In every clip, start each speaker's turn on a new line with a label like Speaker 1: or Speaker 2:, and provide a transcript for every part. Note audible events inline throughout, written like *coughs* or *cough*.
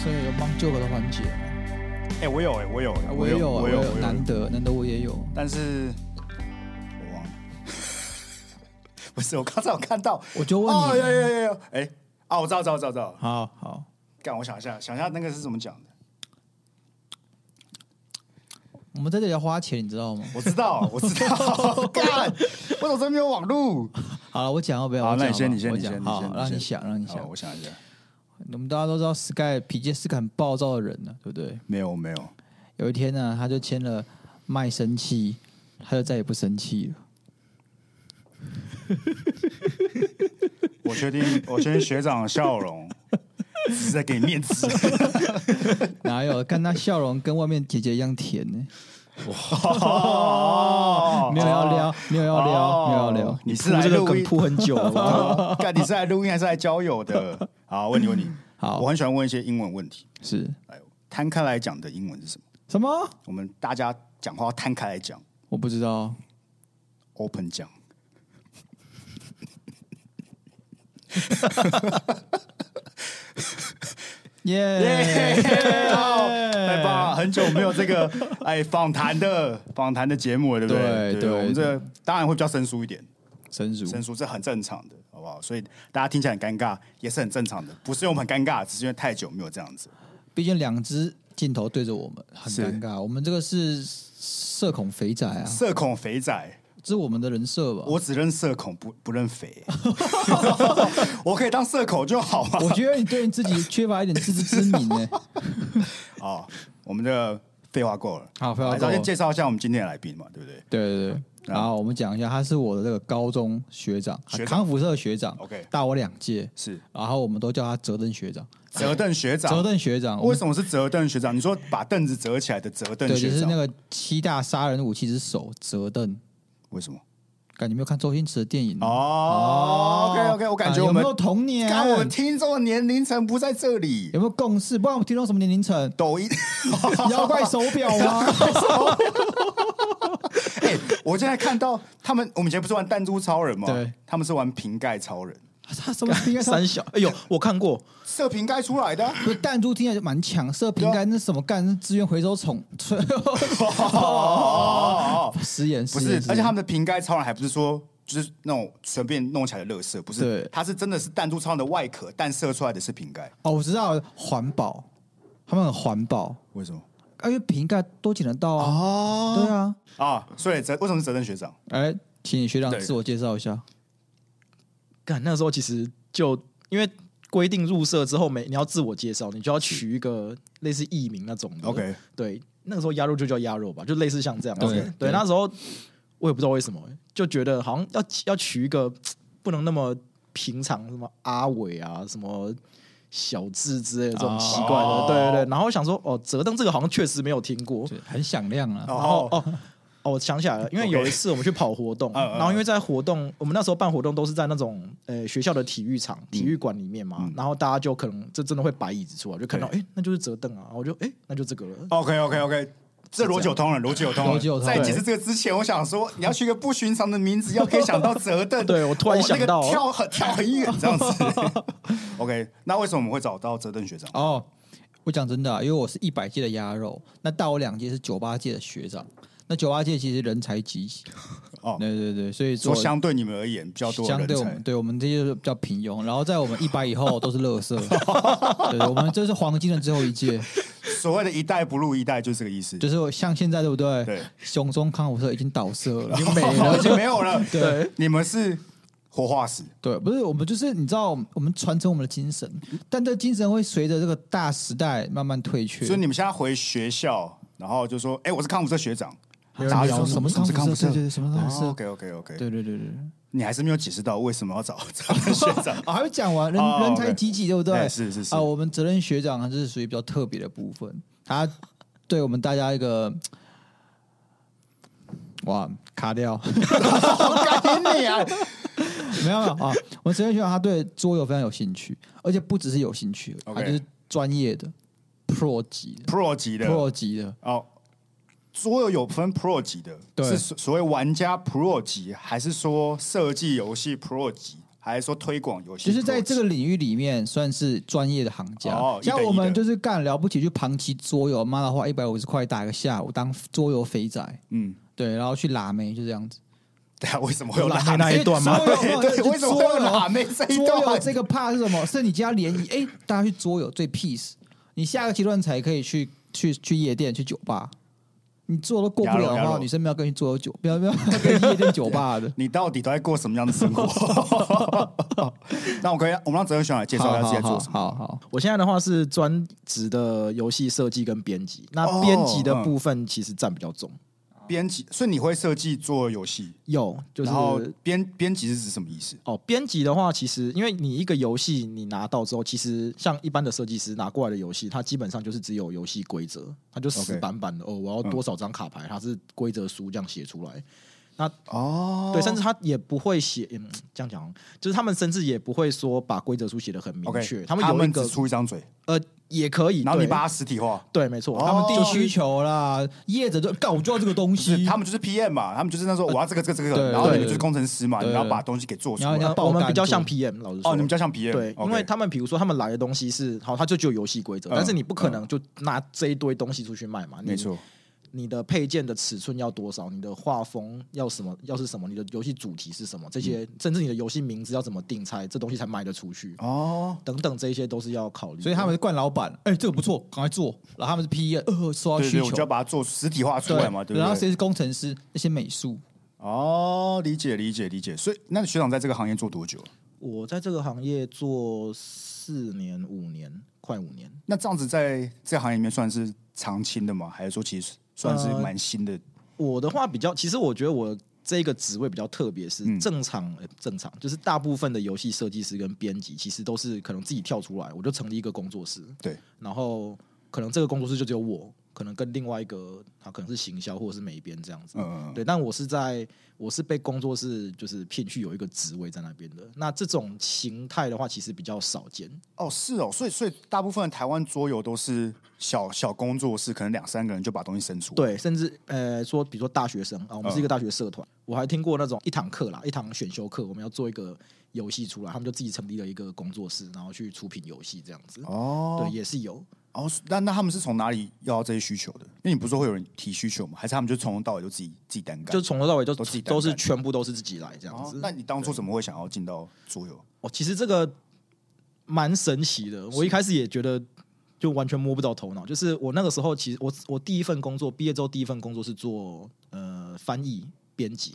Speaker 1: 所以有 m o n j o k 的环节嘛，
Speaker 2: 哎、我有哎、我有哎、
Speaker 1: 啊
Speaker 2: 我
Speaker 1: 也有啊，
Speaker 2: 我有，
Speaker 1: 我
Speaker 2: 我
Speaker 1: 有，难得难得我也有，
Speaker 2: 但是我忘了， *laughs* 不是我刚才有看到，
Speaker 1: *laughs* 我就问
Speaker 2: 哦，
Speaker 1: 你
Speaker 2: 有有有有，哎、啊，我知道知道知道知道，
Speaker 1: 好好，
Speaker 2: 干，我想一下，想一下那个是怎么讲的，
Speaker 1: 我们在这里要花钱，你知道吗？
Speaker 2: 我知道，我知
Speaker 1: *laughs*
Speaker 2: 道，干，我怎么这没有网路？
Speaker 1: 好了，我讲啊要不要？
Speaker 2: 好，
Speaker 1: 我
Speaker 2: 那你
Speaker 1: 讲
Speaker 2: 先，
Speaker 1: 吧
Speaker 2: 你先，
Speaker 1: 我
Speaker 2: 你先，
Speaker 1: 讲
Speaker 2: 你
Speaker 1: 好，
Speaker 2: 先，
Speaker 1: 让
Speaker 2: 先
Speaker 1: 你想，让你
Speaker 2: 好
Speaker 1: 想
Speaker 2: 我。想一下，
Speaker 1: 我们大家都知道 Sky 皮杰斯很暴躁的人呢，对不对？
Speaker 2: 没有没有，
Speaker 1: 有一天呢，他就签了卖身契，他就再也不生气了。
Speaker 2: 我确定，我确定学长的笑容 *laughs* 只是在给你面子，
Speaker 1: 哪有？ *laughs* 看他笑容跟外面姐姐一样甜呢、
Speaker 2: 哦
Speaker 1: *laughs* 没有要撩，没有要撩，没有要
Speaker 2: 哦
Speaker 1: 撩。
Speaker 2: 你是
Speaker 1: 铺
Speaker 2: 来
Speaker 1: 这个
Speaker 2: 录
Speaker 1: 梗
Speaker 2: 音
Speaker 1: 铺很久了。
Speaker 2: *laughs* 哦干，你是来录音还是来交友
Speaker 1: *laughs*
Speaker 2: 的？好，问你问你，
Speaker 1: 好
Speaker 2: 我很喜欢问一些英文问题。
Speaker 1: 是
Speaker 2: 来，摊开来讲的英文是什么？
Speaker 1: 什么？
Speaker 2: 我们大家讲话摊开来讲
Speaker 1: 我不知道。*laughs*
Speaker 2: ，open 讲。
Speaker 1: 耶、
Speaker 2: 耶！哎好太棒了，很久没有这
Speaker 1: *laughs*
Speaker 2: 个哎访谈的访谈的节目了，对不对？
Speaker 1: 对对
Speaker 2: 我们这个当然会比较生疏一点，
Speaker 1: 真如
Speaker 2: 生疏这很正常的，好不好？所以大家听起来很尴尬也是很正常的，不是因为我们很尴尬，只是因为太久没有这样子。
Speaker 1: 毕竟两只镜头对着我们，很
Speaker 2: 是
Speaker 1: 尴尬。我们这个是社恐肥仔啊，
Speaker 2: 社恐肥仔，
Speaker 1: 这是我们的人设吧？
Speaker 2: 我只认社恐，不不
Speaker 1: *laughs*
Speaker 2: 认肥。我可以当社恐就好嘛。
Speaker 1: 我
Speaker 2: *laughs*
Speaker 1: 觉得你对你自己缺乏一点自知之明呢、欸
Speaker 2: 啊，我们的废话够了，
Speaker 1: 好，不要
Speaker 2: 来
Speaker 1: 走
Speaker 2: 首。先介绍一下我们今天的来宾嘛，对不对
Speaker 1: 对对对，然后我们讲一下，他是我的这个高中学长，
Speaker 2: 学长
Speaker 1: 康复社学长
Speaker 2: OK
Speaker 1: 大我两届，
Speaker 2: 是
Speaker 1: 然后我们都叫他折凳学长，
Speaker 2: 折凳学长，
Speaker 1: 折凳学长，
Speaker 2: 为
Speaker 1: 么？
Speaker 2: 什么是折凳学长？你说把凳子折起来的折凳
Speaker 1: 对，就
Speaker 2: 学
Speaker 1: 是
Speaker 2: 长，
Speaker 1: 那个七大杀人武器之首折凳。
Speaker 2: 为什么？
Speaker 1: 感觉没有看周星驰的电影
Speaker 2: 哦，OK OK，我感觉我
Speaker 1: 啊有
Speaker 2: 们
Speaker 1: 没有童年？
Speaker 2: 看我们听众的年龄层不在这里？
Speaker 1: 有，没有共识？不然我们听众什么年龄层
Speaker 2: 抖音。 *laughs*
Speaker 1: *laughs* 妖怪手表吗？ *laughs*
Speaker 2: 哎，我现在看到他们，我们以前不是玩弹珠超人吗？
Speaker 1: 对，
Speaker 2: 他们是玩瓶盖超人，
Speaker 1: 他什么应该
Speaker 3: 三小，哎呦，我看过，
Speaker 2: 射瓶盖出来的啊。
Speaker 1: 不是弹珠听起来就蛮强，射瓶盖那什么干？那资源回收桶，
Speaker 2: 哦哦哦
Speaker 1: 食 *laughs* 盐
Speaker 2: 不
Speaker 1: 食
Speaker 2: 是
Speaker 1: 盐，，
Speaker 2: 而且
Speaker 1: 食盐
Speaker 2: 他们的瓶盖超人还不是说就是那种随便弄起来的垃圾，不是
Speaker 1: 对，
Speaker 2: 它是真的是弹珠超人的外壳，但射出来的是瓶盖。
Speaker 1: 哦，我知道环保，他们很环保，
Speaker 2: 为什么
Speaker 1: 啊因为瓶盖都捡得到啊。
Speaker 3: 哦，
Speaker 1: 对啊，
Speaker 2: 啊？所以责为什么是责任学长？
Speaker 1: 哎，请学长
Speaker 2: 对
Speaker 1: 自我介绍一下。
Speaker 3: 干那时候其实就因为规定入社之后每你要自我介绍，你就要取一个类似艺名那种的。
Speaker 2: OK
Speaker 3: 对，那个时候鸭肉就叫鸭肉吧，就类似像这样子。
Speaker 1: OK，
Speaker 3: 对，
Speaker 1: 对
Speaker 3: 那时候我也不知道为什么，就觉得好像要要取一个不能那么平常，什么阿伟啊，什么。小智之类的这种奇怪的
Speaker 2: 哦
Speaker 3: 对对对。然后我想说，哦，折凳这个好像确实没有听过，
Speaker 1: 对很响亮啊，
Speaker 3: 然后哦。哦，我想起来了，因为有一次我们去跑活
Speaker 2: *laughs*
Speaker 3: 动
Speaker 2: 嗯嗯嗯
Speaker 3: 然后因为在活动，我们那时候办活动都是在那种呃学校的体育场、
Speaker 2: 嗯
Speaker 3: 体育馆里面嘛，然后大家就可能这真的会摆椅子出来，就看到哎、诶那就是折凳啊，然后我就哎、诶那就这个了，
Speaker 2: OK OK OK，这逻辑有通了，逻辑有通了。
Speaker 1: 逻辑有通
Speaker 2: 在解释这个之前，我想说你要取一个不寻常的名字，要可以想到折凳。
Speaker 3: 对我突然
Speaker 2: 哦
Speaker 3: 想到
Speaker 2: 那个跳很跳很远这样子。OK，那为什么我们会找到折凳学长？
Speaker 1: 哦，我讲真的、啊，因为我是一百届的鸭肉，那大我两届是九八届的学长，那九八届其实人才济济，
Speaker 2: 哦
Speaker 1: 对对对，所以说
Speaker 2: 说相对你们而言比较多的
Speaker 1: 相对
Speaker 2: 人
Speaker 1: 我
Speaker 2: 才
Speaker 1: 们，。对我们这些就比较平庸，然后在我们一百以后都是垃圾，对，我们这是黄金的最后一届，
Speaker 2: 所谓的一代不入一代，就是这个意思。
Speaker 1: 就是像现在对不对？
Speaker 2: 对，
Speaker 1: 熊中康复社已经倒社了，已经没
Speaker 2: *laughs* 哦
Speaker 1: 了
Speaker 2: 已，经没有了。
Speaker 1: *laughs* 对，
Speaker 2: 你们是活化石。
Speaker 1: 对，不是我们就是你知道，我们传承我们的精神，但这精神会随着这个大时代慢慢退却。
Speaker 2: 所以你们现在回学校，然后就说：“哎、我是康复社学长。”
Speaker 1: 没有人
Speaker 2: 大家
Speaker 1: 聊
Speaker 2: 就说
Speaker 1: 什么
Speaker 2: 什么是
Speaker 1: 康
Speaker 2: 康
Speaker 1: 复社
Speaker 2: 复社？
Speaker 1: 对对对什么是康复社
Speaker 2: o k OK OK。
Speaker 1: 对对对对对。
Speaker 2: 你还是没有解释到为什么要找找学
Speaker 1: *laughs*。
Speaker 2: 长
Speaker 1: 啊，还没讲完，人、
Speaker 2: 哦
Speaker 1: 人才
Speaker 2: OK
Speaker 1: 济济，对不对？
Speaker 2: 哎是是是
Speaker 1: 啊，我们责任学长他是属于比较特别的部分，他对我们大家一个，哇，卡掉， *laughs*
Speaker 2: 干你啊！
Speaker 1: 没有没有啊，我们责任学长他对桌游非常有兴趣，而且不只是有兴趣，他
Speaker 2: OK
Speaker 1: 就是专业的 pro 级的
Speaker 2: *laughs* Pro 级的
Speaker 1: pro 级的，
Speaker 2: 哦，桌游有分 Pro 级的，
Speaker 1: 对
Speaker 2: 是所所谓玩家 Pro 级，还是说设计游戏 Pro 级，还是说推广游戏？
Speaker 1: 就是在这个领域里面算是专业的行家。
Speaker 2: 哦一
Speaker 1: 像
Speaker 2: 等一
Speaker 1: 我们
Speaker 2: 的
Speaker 1: 就是干了不起去旁棋桌游，妈的花一百五十块打一个下午当桌游肥仔，
Speaker 2: 嗯，
Speaker 1: 对，然后去拉妹就这样子。
Speaker 2: 对啊，为什么会有
Speaker 3: 有
Speaker 2: 辣
Speaker 3: 辣妹那一段吗
Speaker 1: 因为桌游
Speaker 2: 对 *laughs* 对
Speaker 1: 就
Speaker 2: 为什么会有
Speaker 1: 桌游
Speaker 2: 辣妹这一段
Speaker 1: 桌游这个怕是什么？是你家联谊，哎，大家去桌游最 peace。你下个阶段才可以去去去夜店、去酒吧。你做都过不了的
Speaker 2: 鸭肉鸭
Speaker 1: 话，
Speaker 2: 肉。
Speaker 1: 女生不要跟去桌游酒，不要不要跟夜店、酒吧的
Speaker 2: 你到底都在过什么样的生活？那我可以，我们让哲仁兄 *laughs* 来介绍一下自己在做什么。
Speaker 1: 好好好，
Speaker 3: 我现在的话是专职的游戏设计跟编辑，那
Speaker 2: 哦
Speaker 3: 编辑的部分其实占比较重。
Speaker 2: 编辑，所以你会设计做游戏，
Speaker 3: 有就是
Speaker 2: 然后编编辑是指什么意思？
Speaker 3: 哦，编辑的话，其实因为你一个游戏你拿到之后，其实像一般的设计师拿过来的游戏，它基本上就是只有游戏规则，它就死
Speaker 2: OK 嗯
Speaker 3: 板板的哦，我要多少张卡牌，它是规则书这样写出来。
Speaker 2: 哦
Speaker 3: 对，甚至他也不会写，嗯，这样讲，就是他们甚至也不会说把规则书写的很明
Speaker 2: OK，
Speaker 3: 确，
Speaker 2: 他
Speaker 3: 们有一
Speaker 2: 只
Speaker 3: 个
Speaker 2: 出一张嘴，
Speaker 3: 呃也可以，
Speaker 2: 然后你
Speaker 3: 对
Speaker 2: 把它实体化。
Speaker 3: 对，没错，
Speaker 2: 哦
Speaker 3: 他们
Speaker 1: 地
Speaker 3: 地
Speaker 1: 需
Speaker 3: 区
Speaker 1: 求啦，业者就干，我就要这个东
Speaker 2: 就
Speaker 1: 西
Speaker 2: 是。他们就是 PM 嘛，他们就是那时候我要这个这个这
Speaker 1: 对
Speaker 2: 个，然后你
Speaker 3: 对
Speaker 2: 们就是工程师嘛，
Speaker 1: 对
Speaker 2: 你要把东西给做出
Speaker 1: 然后你
Speaker 2: 来
Speaker 1: 要。爆
Speaker 3: 呃我们
Speaker 1: 肝
Speaker 3: 比较
Speaker 1: 做
Speaker 3: 像 PM，老实说，
Speaker 2: 哦，你们叫像 PM，
Speaker 3: 对，因
Speaker 2: OK
Speaker 3: 为他们比如说他们来的东西是好，他就只有游戏规则，
Speaker 2: 嗯
Speaker 3: 但是你不可能就拿这一堆东西出去卖嘛。你
Speaker 2: 没，错，
Speaker 3: 你的配件的尺寸要多少，你的画风要什么，要是什么，你的游戏主题是什么，这
Speaker 1: 嗯
Speaker 3: 些甚至你的游戏名字要怎么定才，这东西才卖得出去，
Speaker 2: 哦，
Speaker 3: 等等，这些都是要考虑的。
Speaker 1: 所以他们是惯老板，哎、这个不错，赶快做。然后他们是 P E，呃，收到
Speaker 2: 对
Speaker 1: 需
Speaker 2: 对，
Speaker 1: 求，
Speaker 2: 我就要把它做实体化出来嘛，对
Speaker 1: 然后
Speaker 2: 不
Speaker 1: 谁
Speaker 2: 对？
Speaker 1: 是工程师？那些美术，
Speaker 2: 哦，理解理解理解。所以，那学长在这个行业做多久？啊
Speaker 3: 我在这个行业做四年、五年，快五年。
Speaker 2: 那这样子在这个行业里面算是常青的吗？还是说其实算是
Speaker 3: 呃
Speaker 2: 蛮新的？
Speaker 3: 我的话比较，其实我觉得我这个职位比较特别，是
Speaker 2: 嗯
Speaker 3: 正常、呃正常，就是大部分的游戏设计师跟编辑其实都是可能自己跳出来，我就成立一个工作室，
Speaker 2: 对，
Speaker 3: 然后可能这个工作室就只有我，可能跟另外一个他可能是行销或者是美编这样子。
Speaker 2: 嗯，
Speaker 3: 对，但我是在我是被工作室就是聘去有一个职位在那边的。那这种形态的话，其实比较少见。
Speaker 2: 哦，是哦，所以所以大部分的台湾桌游都是小小工作室，可能两三个人就把东西生出来。
Speaker 3: 对，甚至呃说，比如说大学生啊，我们是
Speaker 2: 嗯
Speaker 3: 一个大学社团，我还听过那种一堂课啦，一堂选修课，我们要做一个游戏出来，他们就自己成立了一个工作室，然后去出品游戏这样子。
Speaker 2: 哦，
Speaker 3: 对，也是有。
Speaker 2: 哦，那那他们是从哪里要到这些需求的？因为你不是说会有人提需求吗？还是他们就从头到尾就自己自己单干？
Speaker 3: 就从头到尾就
Speaker 2: 都自己
Speaker 3: 都
Speaker 2: 单
Speaker 3: 是
Speaker 2: 干
Speaker 3: 全部都是自己来这样
Speaker 2: 哦
Speaker 3: 子。
Speaker 2: 那你当初怎么会想要进到桌游？
Speaker 3: 哦，其实这个蛮神奇的，我一开始也觉得就完全摸不着头脑。就是我那个时候，其实我我第一份工作，毕业之后第一份工作是做呃翻译编辑，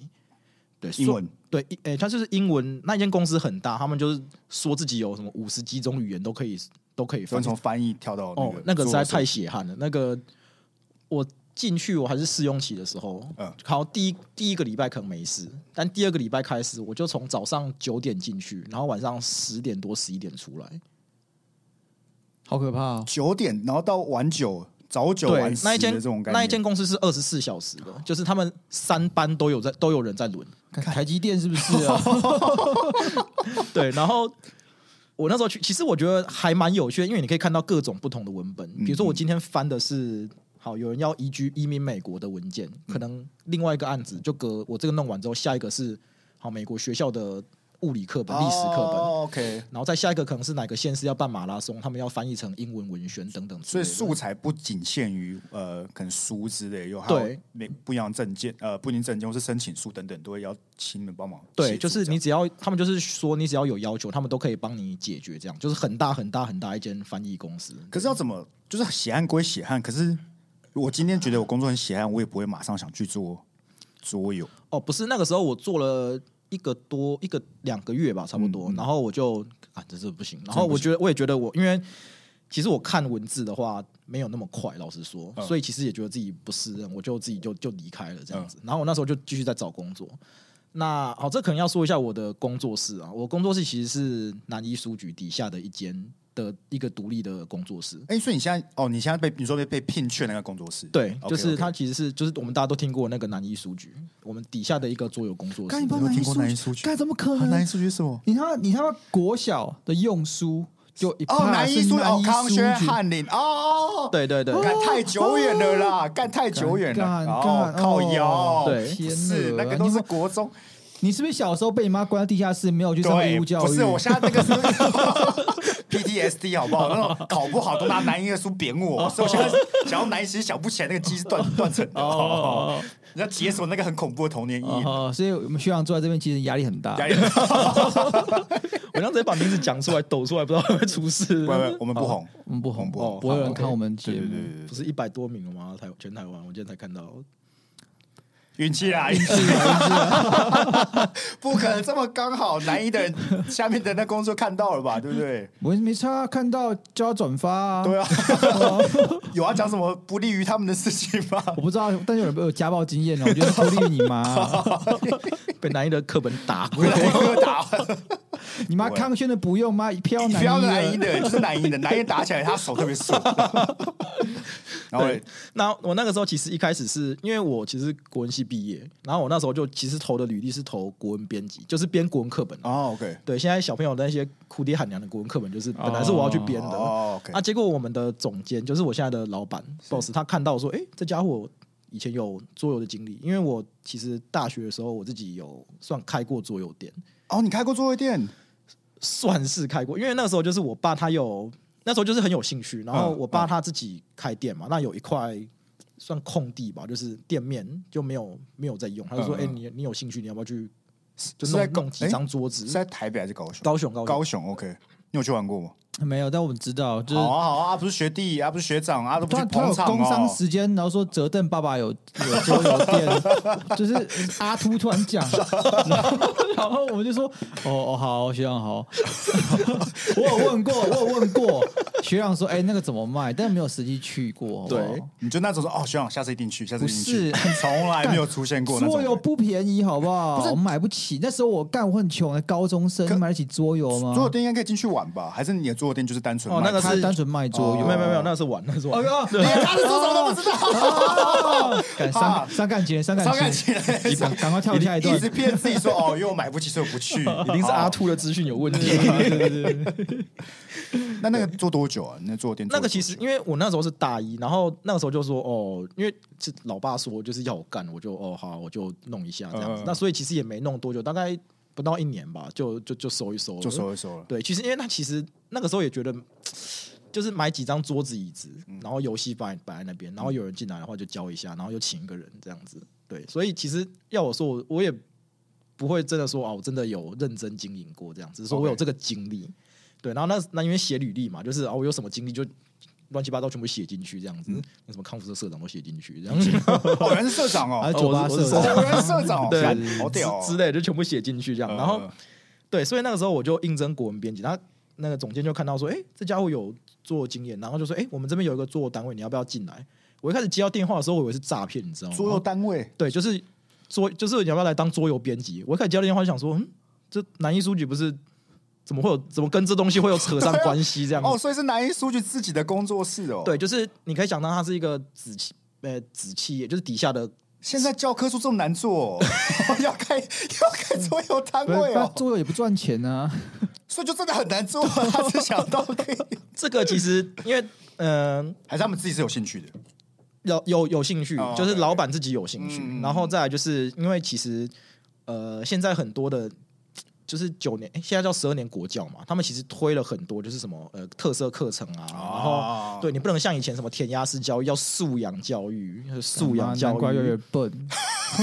Speaker 3: 对，
Speaker 2: 英
Speaker 3: 说
Speaker 2: 文
Speaker 3: 对，一诶、它就是英文。那间公司很大，他们就是说自己有什么五十几种语言都可以都可以
Speaker 2: 所
Speaker 3: 翻
Speaker 2: 以
Speaker 3: 译。
Speaker 2: 从翻译跳到那
Speaker 3: 哦
Speaker 2: 个、，
Speaker 3: 那个实在太血汗了。那个我进去我还是试用期的时候，
Speaker 2: 嗯
Speaker 3: 好，第一第一个礼拜可能没事，但第二个礼拜开始，我就从早上九点进去，然后晚上十点多十一点出来。
Speaker 1: 好可怕、哦！
Speaker 2: 九点，然后到晚九早九
Speaker 3: 对
Speaker 2: 晚，十
Speaker 3: 那一
Speaker 2: 的
Speaker 3: 间
Speaker 2: 这种概念。
Speaker 3: 那一间公司是二十四小时的，就是他们三班都有在都有人在轮。
Speaker 1: 看台积电是不是
Speaker 2: *laughs*
Speaker 1: 啊？
Speaker 3: 对，然后我那时候去，其实我觉得还蛮有趣的，因为你可以看到各种不同的文本。比如
Speaker 2: 嗯
Speaker 3: 说，我今天翻的是好，有人要移居移民美国的文件，可能另外一个案子就隔我这个弄完之后，下一个是好美国学校的物理课本、历史课本。
Speaker 2: 哦、OK，
Speaker 3: 然后再下一个可能是哪个县市要办马拉松，他们要翻译成英文文宣等等之
Speaker 2: 所
Speaker 3: 类
Speaker 2: 以
Speaker 3: 的。
Speaker 2: 素材不仅限于呃，可能书之类，有还有
Speaker 3: 对
Speaker 2: 每不一样的证件，呃，不一定证件或是申请书等等，都会要请你们帮忙协助这
Speaker 3: 对，
Speaker 2: 样。
Speaker 3: 就是你只要他们就是说你只要有要求，他们都可以帮你解决。这样就是很大很大很大一间翻译公司。
Speaker 2: 可是要怎么，就是血汗归血汗，可是我今天觉得我工作很血汗，我也不会马上想去做桌游。
Speaker 3: 哦，不是，那个时候我做了一个多一个两个月吧，差不多，然后我就啊，这是不行。然后我觉得我也觉得我因为其实我看文字的话没有那么快，老实说，所以其实也觉得自己不适应，我就自己就就离开了这样子。然后我那时候就继续在找工作。那哦好，这可能要说一下我的工作室啊，我工作室其实是南一书局底下的一间的一个独立的工作室。
Speaker 2: 哎、所以你现在哦，你现在被你说被被聘去那个工作室，
Speaker 3: 对，
Speaker 2: OK，OK
Speaker 3: 就是它其实是就是我们大家都听过那个南一书局，我们底下的一个桌游工作室。
Speaker 1: 干你帮
Speaker 2: 有
Speaker 1: 南
Speaker 2: 听
Speaker 1: 一
Speaker 2: 过
Speaker 1: 数
Speaker 2: 南
Speaker 1: 据
Speaker 2: 一数据
Speaker 1: 干怎么可
Speaker 2: 啊南
Speaker 1: 能
Speaker 2: 一？数据是什么？
Speaker 1: 你他妈你他妈国小的用书就一
Speaker 2: 哦，
Speaker 1: 趴
Speaker 2: 南
Speaker 1: 是
Speaker 2: 一数
Speaker 1: 南
Speaker 2: 哦，
Speaker 1: 一
Speaker 2: 康
Speaker 1: 书
Speaker 2: 轩
Speaker 1: 局
Speaker 2: 翰林哦哦，哦，
Speaker 3: 对对对，
Speaker 2: 干太久远了啦，干太久远了，
Speaker 1: 干
Speaker 2: 哦，
Speaker 1: 干
Speaker 2: 靠腰，
Speaker 3: 对
Speaker 2: 不
Speaker 1: 天
Speaker 2: 是
Speaker 1: 哪
Speaker 2: 那个都是国中，
Speaker 1: 你是不是小时候被你妈关到地下室，没有去上义
Speaker 2: 对，
Speaker 1: 务教育？
Speaker 2: 不是我现在那个是 PTSD 好不好？那种考不好都拿南音的书扁我，所以我现在想要南音，其实想不起来那个鸡是断断层的。
Speaker 1: 哦
Speaker 2: 你要解锁那个很恐怖的童年阴影，
Speaker 1: 哦，所以我们学长坐在这边其实压力很大
Speaker 2: 压。力很大
Speaker 3: 我刚直接把名字讲出来，抖出来，不知道会不会出
Speaker 1: *laughs*
Speaker 3: 事
Speaker 2: 不。不，我们不红，
Speaker 1: 我们不红，
Speaker 2: 不红
Speaker 1: 不会有人看我们
Speaker 2: 对
Speaker 1: 节
Speaker 2: 对
Speaker 1: 目。
Speaker 2: 对对
Speaker 3: 不
Speaker 2: 对，
Speaker 3: 是一百多名了吗？台全台湾，我今天才看到。
Speaker 2: 运气啦，运气，啊 *laughs* 不可能这么刚好，南一的人下面的那工作看到了吧，对不对？
Speaker 1: 我没差，看到就要转发啊。
Speaker 2: 对啊，有啊要讲什么不利于他们的事情吗？
Speaker 3: *laughs*
Speaker 1: 我不知道，但是有人有家暴经验啊呢，我觉得不利于你妈。
Speaker 3: 被南一的课本打过，
Speaker 2: 我打
Speaker 1: *laughs* 你妈康轩的不用吗？飘
Speaker 3: 哎
Speaker 2: 不
Speaker 1: 男
Speaker 2: 要
Speaker 1: 男
Speaker 3: 啊
Speaker 2: 男一的，就是男一的，男一打起来他手特别酸。然后
Speaker 3: 对，那我那个时候其实一开始是因为我其实国文系毕业，然后我那时候就其实投的履历是投国文编辑，就是编国文课本。啊
Speaker 2: 哦，OK，
Speaker 3: 对，现在小朋友的那些哭爹喊娘的国文课本，就是本来是我要去编的。
Speaker 2: 哦，OK，
Speaker 3: 啊，结果我们的总监就是我现在的老板 boss，他看到说，哎、这家伙以前有桌游的经历，因为我其实大学的时候我自己有算开过桌游店，
Speaker 2: 哦，你开过座位店，
Speaker 3: 算是开过，因为那个时候就是我爸他有那时候就是很有兴趣，然后
Speaker 2: 嗯
Speaker 3: 我爸他自己开店嘛，那有一块算空地吧，就是店面就没有没有在用，他就说，
Speaker 2: 嗯
Speaker 3: 哎、
Speaker 2: 嗯
Speaker 3: 你你有兴趣，你要不要去就是弄
Speaker 2: 在
Speaker 3: 弄几
Speaker 2: 诶
Speaker 3: 张桌子
Speaker 2: 是？在台北还是高雄？
Speaker 3: 高雄高雄
Speaker 2: 高雄，OK，你有去玩过吗？
Speaker 1: 没有，但我们知道，就是
Speaker 2: 好啊，好啊，啊不是学弟，啊不是学长，啊都不
Speaker 1: 他
Speaker 2: 去
Speaker 1: 他
Speaker 2: 捧
Speaker 1: 有
Speaker 2: 场
Speaker 1: 工商
Speaker 2: 哦。
Speaker 1: 时间，然后说折凳爸爸有 *laughs* 有桌游店，就是阿秃突然讲，然后然后我们就说哦哦好，学长好， *laughs* 我有问过，我有问过，学长说哎、那个怎么卖，但没有实际去过，好不好
Speaker 3: 对
Speaker 2: 你就那种说哦，学长，下次一定去，下次一定去，
Speaker 1: 不
Speaker 2: 从来没有出现过那
Speaker 1: 桌游
Speaker 2: *laughs* 种。
Speaker 1: 不便宜，好不好？我买不起。那时候我干，我很穷，高中生
Speaker 2: 可
Speaker 1: 买得起桌游吗？
Speaker 2: 桌游店应该可以进去玩吧？还是你的桌游店就是单纯
Speaker 3: 哦
Speaker 2: 卖
Speaker 3: 那个
Speaker 2: 菜
Speaker 1: 他单纯卖桌游，
Speaker 3: 哦没有没有没有，那是玩，那是玩。
Speaker 1: 哦，
Speaker 2: 连他的做什么都不知
Speaker 1: 道，敢
Speaker 2: 啊
Speaker 1: 伤伤感情，伤
Speaker 2: 伤感
Speaker 1: 感
Speaker 2: 情
Speaker 1: 情，你赶赶快跳 *laughs* 下一段
Speaker 2: *laughs* 一。直骗自己说哦，因为我买不起，所以我不去。一
Speaker 3: 一定是阿。兔的资讯有问题。
Speaker 1: *laughs*
Speaker 2: 那那个做多久啊？你那做店做多久
Speaker 3: 那个其实，因为我那时候是大一，然后那个时候就说哦，因为是老爸说就是要我干，我就哦好啊，我就弄一下这
Speaker 2: 嗯
Speaker 3: 样
Speaker 2: 嗯。
Speaker 3: 子
Speaker 2: 嗯
Speaker 3: 那所以其实也没弄多久，大概不到一年吧，就就就收一收了，
Speaker 2: 就收一收了。 *laughs*
Speaker 3: 对，其实因为他其实那个时候也觉得，就是买几张桌子椅子，
Speaker 2: 嗯
Speaker 3: 然后游戏摆摆在那边，然后有人进来的话就教一下，然后又请一个人这样子。对，所以其实要我说，我我也不会真的说啊，我真的有认真经营过这样，只是说我有
Speaker 2: OK
Speaker 3: 这个经历。对，然后那那因为写履历嘛，就是啊，我有什么经历就。乱七八糟全部写进去，这样子，
Speaker 2: 嗯
Speaker 3: 那什么康复社社长都写进去，
Speaker 2: *laughs*
Speaker 3: 这样子，
Speaker 2: 哦，原来是社长
Speaker 1: 啊， *laughs*
Speaker 2: 哦，
Speaker 1: 酒吧
Speaker 3: 我是
Speaker 1: 社
Speaker 2: 哦
Speaker 1: 长
Speaker 3: 我是
Speaker 2: 原来是社长哦，
Speaker 3: 对
Speaker 2: 干好屌哦
Speaker 3: 之之类的就全部写进去这样。然后
Speaker 2: 嗯
Speaker 3: 对，所以那个时候我就应征国文编辑，他那个总监就看到说，哎、这家伙有做经验，然后就说，哎、我们这边有一个做单位，你要不要进来？我一开始接到电话的时候，我以为是诈骗，你知道吗？
Speaker 2: 桌游单位
Speaker 3: 对，就是桌，就是你要不要来当桌游编辑？我一开始接到电话就想说，嗯，这南艺书局不是怎么会有怎么跟这东西会有扯上关系这样子？
Speaker 2: 哦，所以是南一书局自己的工作室哦。
Speaker 3: 对，，就是你可以想到它是一个子企，呃，子企业，就是底下的
Speaker 2: 现在教科书这么难做，
Speaker 1: *laughs*
Speaker 2: 哦，要开要开桌游单
Speaker 1: 不是
Speaker 2: 位
Speaker 1: 他
Speaker 2: 哦，
Speaker 1: 桌游也不赚钱啊，
Speaker 2: 所以就真的很难做。
Speaker 1: *laughs*
Speaker 2: 啊他只想到可以，
Speaker 3: 这个，其实因为嗯。呃
Speaker 2: 还是他们自己是有兴趣的。
Speaker 3: 有有有兴趣，
Speaker 2: 哦
Speaker 3: 就是
Speaker 2: 对
Speaker 3: 老板自己有兴趣，
Speaker 2: 嗯
Speaker 3: 然后再来就是因为其实呃，现在很多的，就是九年，诶现在叫十二年国教嘛，他们其实推了很多，就是什么呃特色课程啊，
Speaker 2: 哦
Speaker 3: 然后对你不能像以前什么填鸭式教育，要素养教育，素养教
Speaker 1: 哎难怪越来越
Speaker 3: 育。
Speaker 2: *laughs*
Speaker 1: 笨。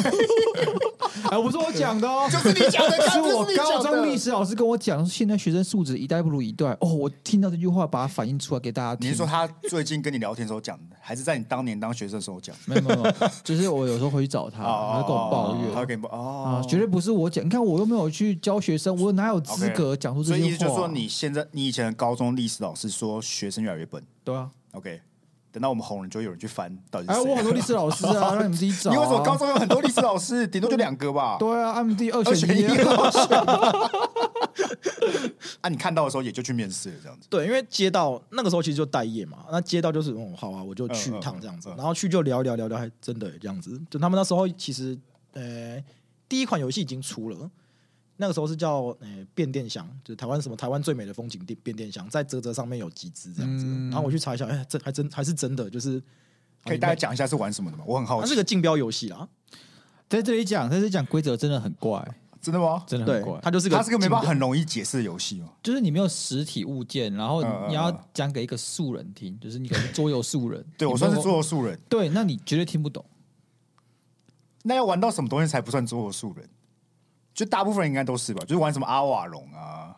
Speaker 1: 哎，不是我讲的哦，
Speaker 2: 就是你讲的，
Speaker 1: *laughs* 是
Speaker 2: 干
Speaker 1: 我
Speaker 2: 就是你讲
Speaker 1: 高
Speaker 2: 的
Speaker 1: 中历史老师跟我讲，现在学生素质一代不如一代。哦，我听到这句话，把它反映出来给大家
Speaker 2: 你
Speaker 1: 听
Speaker 2: 是。说他最近跟你聊天的时候讲的，还是在你当年当学生的时候讲？
Speaker 1: 没有没有，没有就是我有时候回去找
Speaker 2: *laughs*
Speaker 1: 他，
Speaker 2: 哦
Speaker 1: 啊他跟我抱
Speaker 2: 他会
Speaker 1: 怨
Speaker 2: 跟你抱
Speaker 1: 啊
Speaker 2: 哦，，
Speaker 1: 绝对不是我讲。你看我又没有去教学生，我哪有资
Speaker 2: OK
Speaker 1: 格讲出这
Speaker 2: 所
Speaker 1: 些
Speaker 2: 以
Speaker 1: 话？
Speaker 2: 意思就是说，你现在你以前的高中历史老师说学生越来越笨。
Speaker 1: 对啊，
Speaker 2: OK，等到我们红了，就有人去翻到底是
Speaker 1: 哎，
Speaker 2: 谁。
Speaker 1: 我很多历史老师
Speaker 2: *laughs*
Speaker 1: 啊，让你们自己找、啊。
Speaker 2: 你为什么高中有很多历史老
Speaker 1: *laughs*
Speaker 2: 师，顶多就两个吧？
Speaker 1: 对啊，他们自己二
Speaker 2: 二
Speaker 1: 选
Speaker 2: 选一哦
Speaker 1: 一啊。 *laughs*
Speaker 2: 二选一啊！你看到的时候也就去面试了，这样子。
Speaker 1: 哦
Speaker 3: 对，因为接到那个时候其实就待业嘛，那接到就是哦，好啊，我就去一
Speaker 2: 嗯
Speaker 3: 趟
Speaker 2: 嗯
Speaker 3: 这样子，
Speaker 2: 嗯
Speaker 3: 然后去就聊一聊聊聊，还真的这样子。就他们那时候其实呃，第一款游戏已经出了，那个时候是叫呃变电箱，就是台湾什么台湾最美的风景地变电箱，在泽泽上面有集资这样子。
Speaker 1: 嗯
Speaker 3: 然后我去查一下，哎，这还真还是真的，就是
Speaker 2: 可以大家讲一下是玩什么的吗？我很好
Speaker 3: 它是
Speaker 2: 奇。
Speaker 3: 个竞标游戏啦。
Speaker 1: 在这里讲，在这里讲规则真的很怪，
Speaker 2: 真的吗？
Speaker 1: 啊真的很
Speaker 3: 对
Speaker 1: 怪，。
Speaker 3: 它就是个
Speaker 2: 它是个没办法
Speaker 3: 竞
Speaker 2: 很容易解释的游戏嘛。
Speaker 1: 就是你没有实体物件，然后
Speaker 2: 嗯嗯
Speaker 1: 你要
Speaker 2: 嗯。
Speaker 1: 讲给一个素人听，就是你可能是桌游素人
Speaker 2: 对我
Speaker 1: 你
Speaker 2: 算
Speaker 1: 没
Speaker 2: 是
Speaker 1: 有
Speaker 2: 桌游素人，
Speaker 1: 对，那你绝对听不懂。
Speaker 2: 那要玩到什么东西才不算桌游素人？就大部分人应该都是吧，就是玩什么阿瓦隆啊，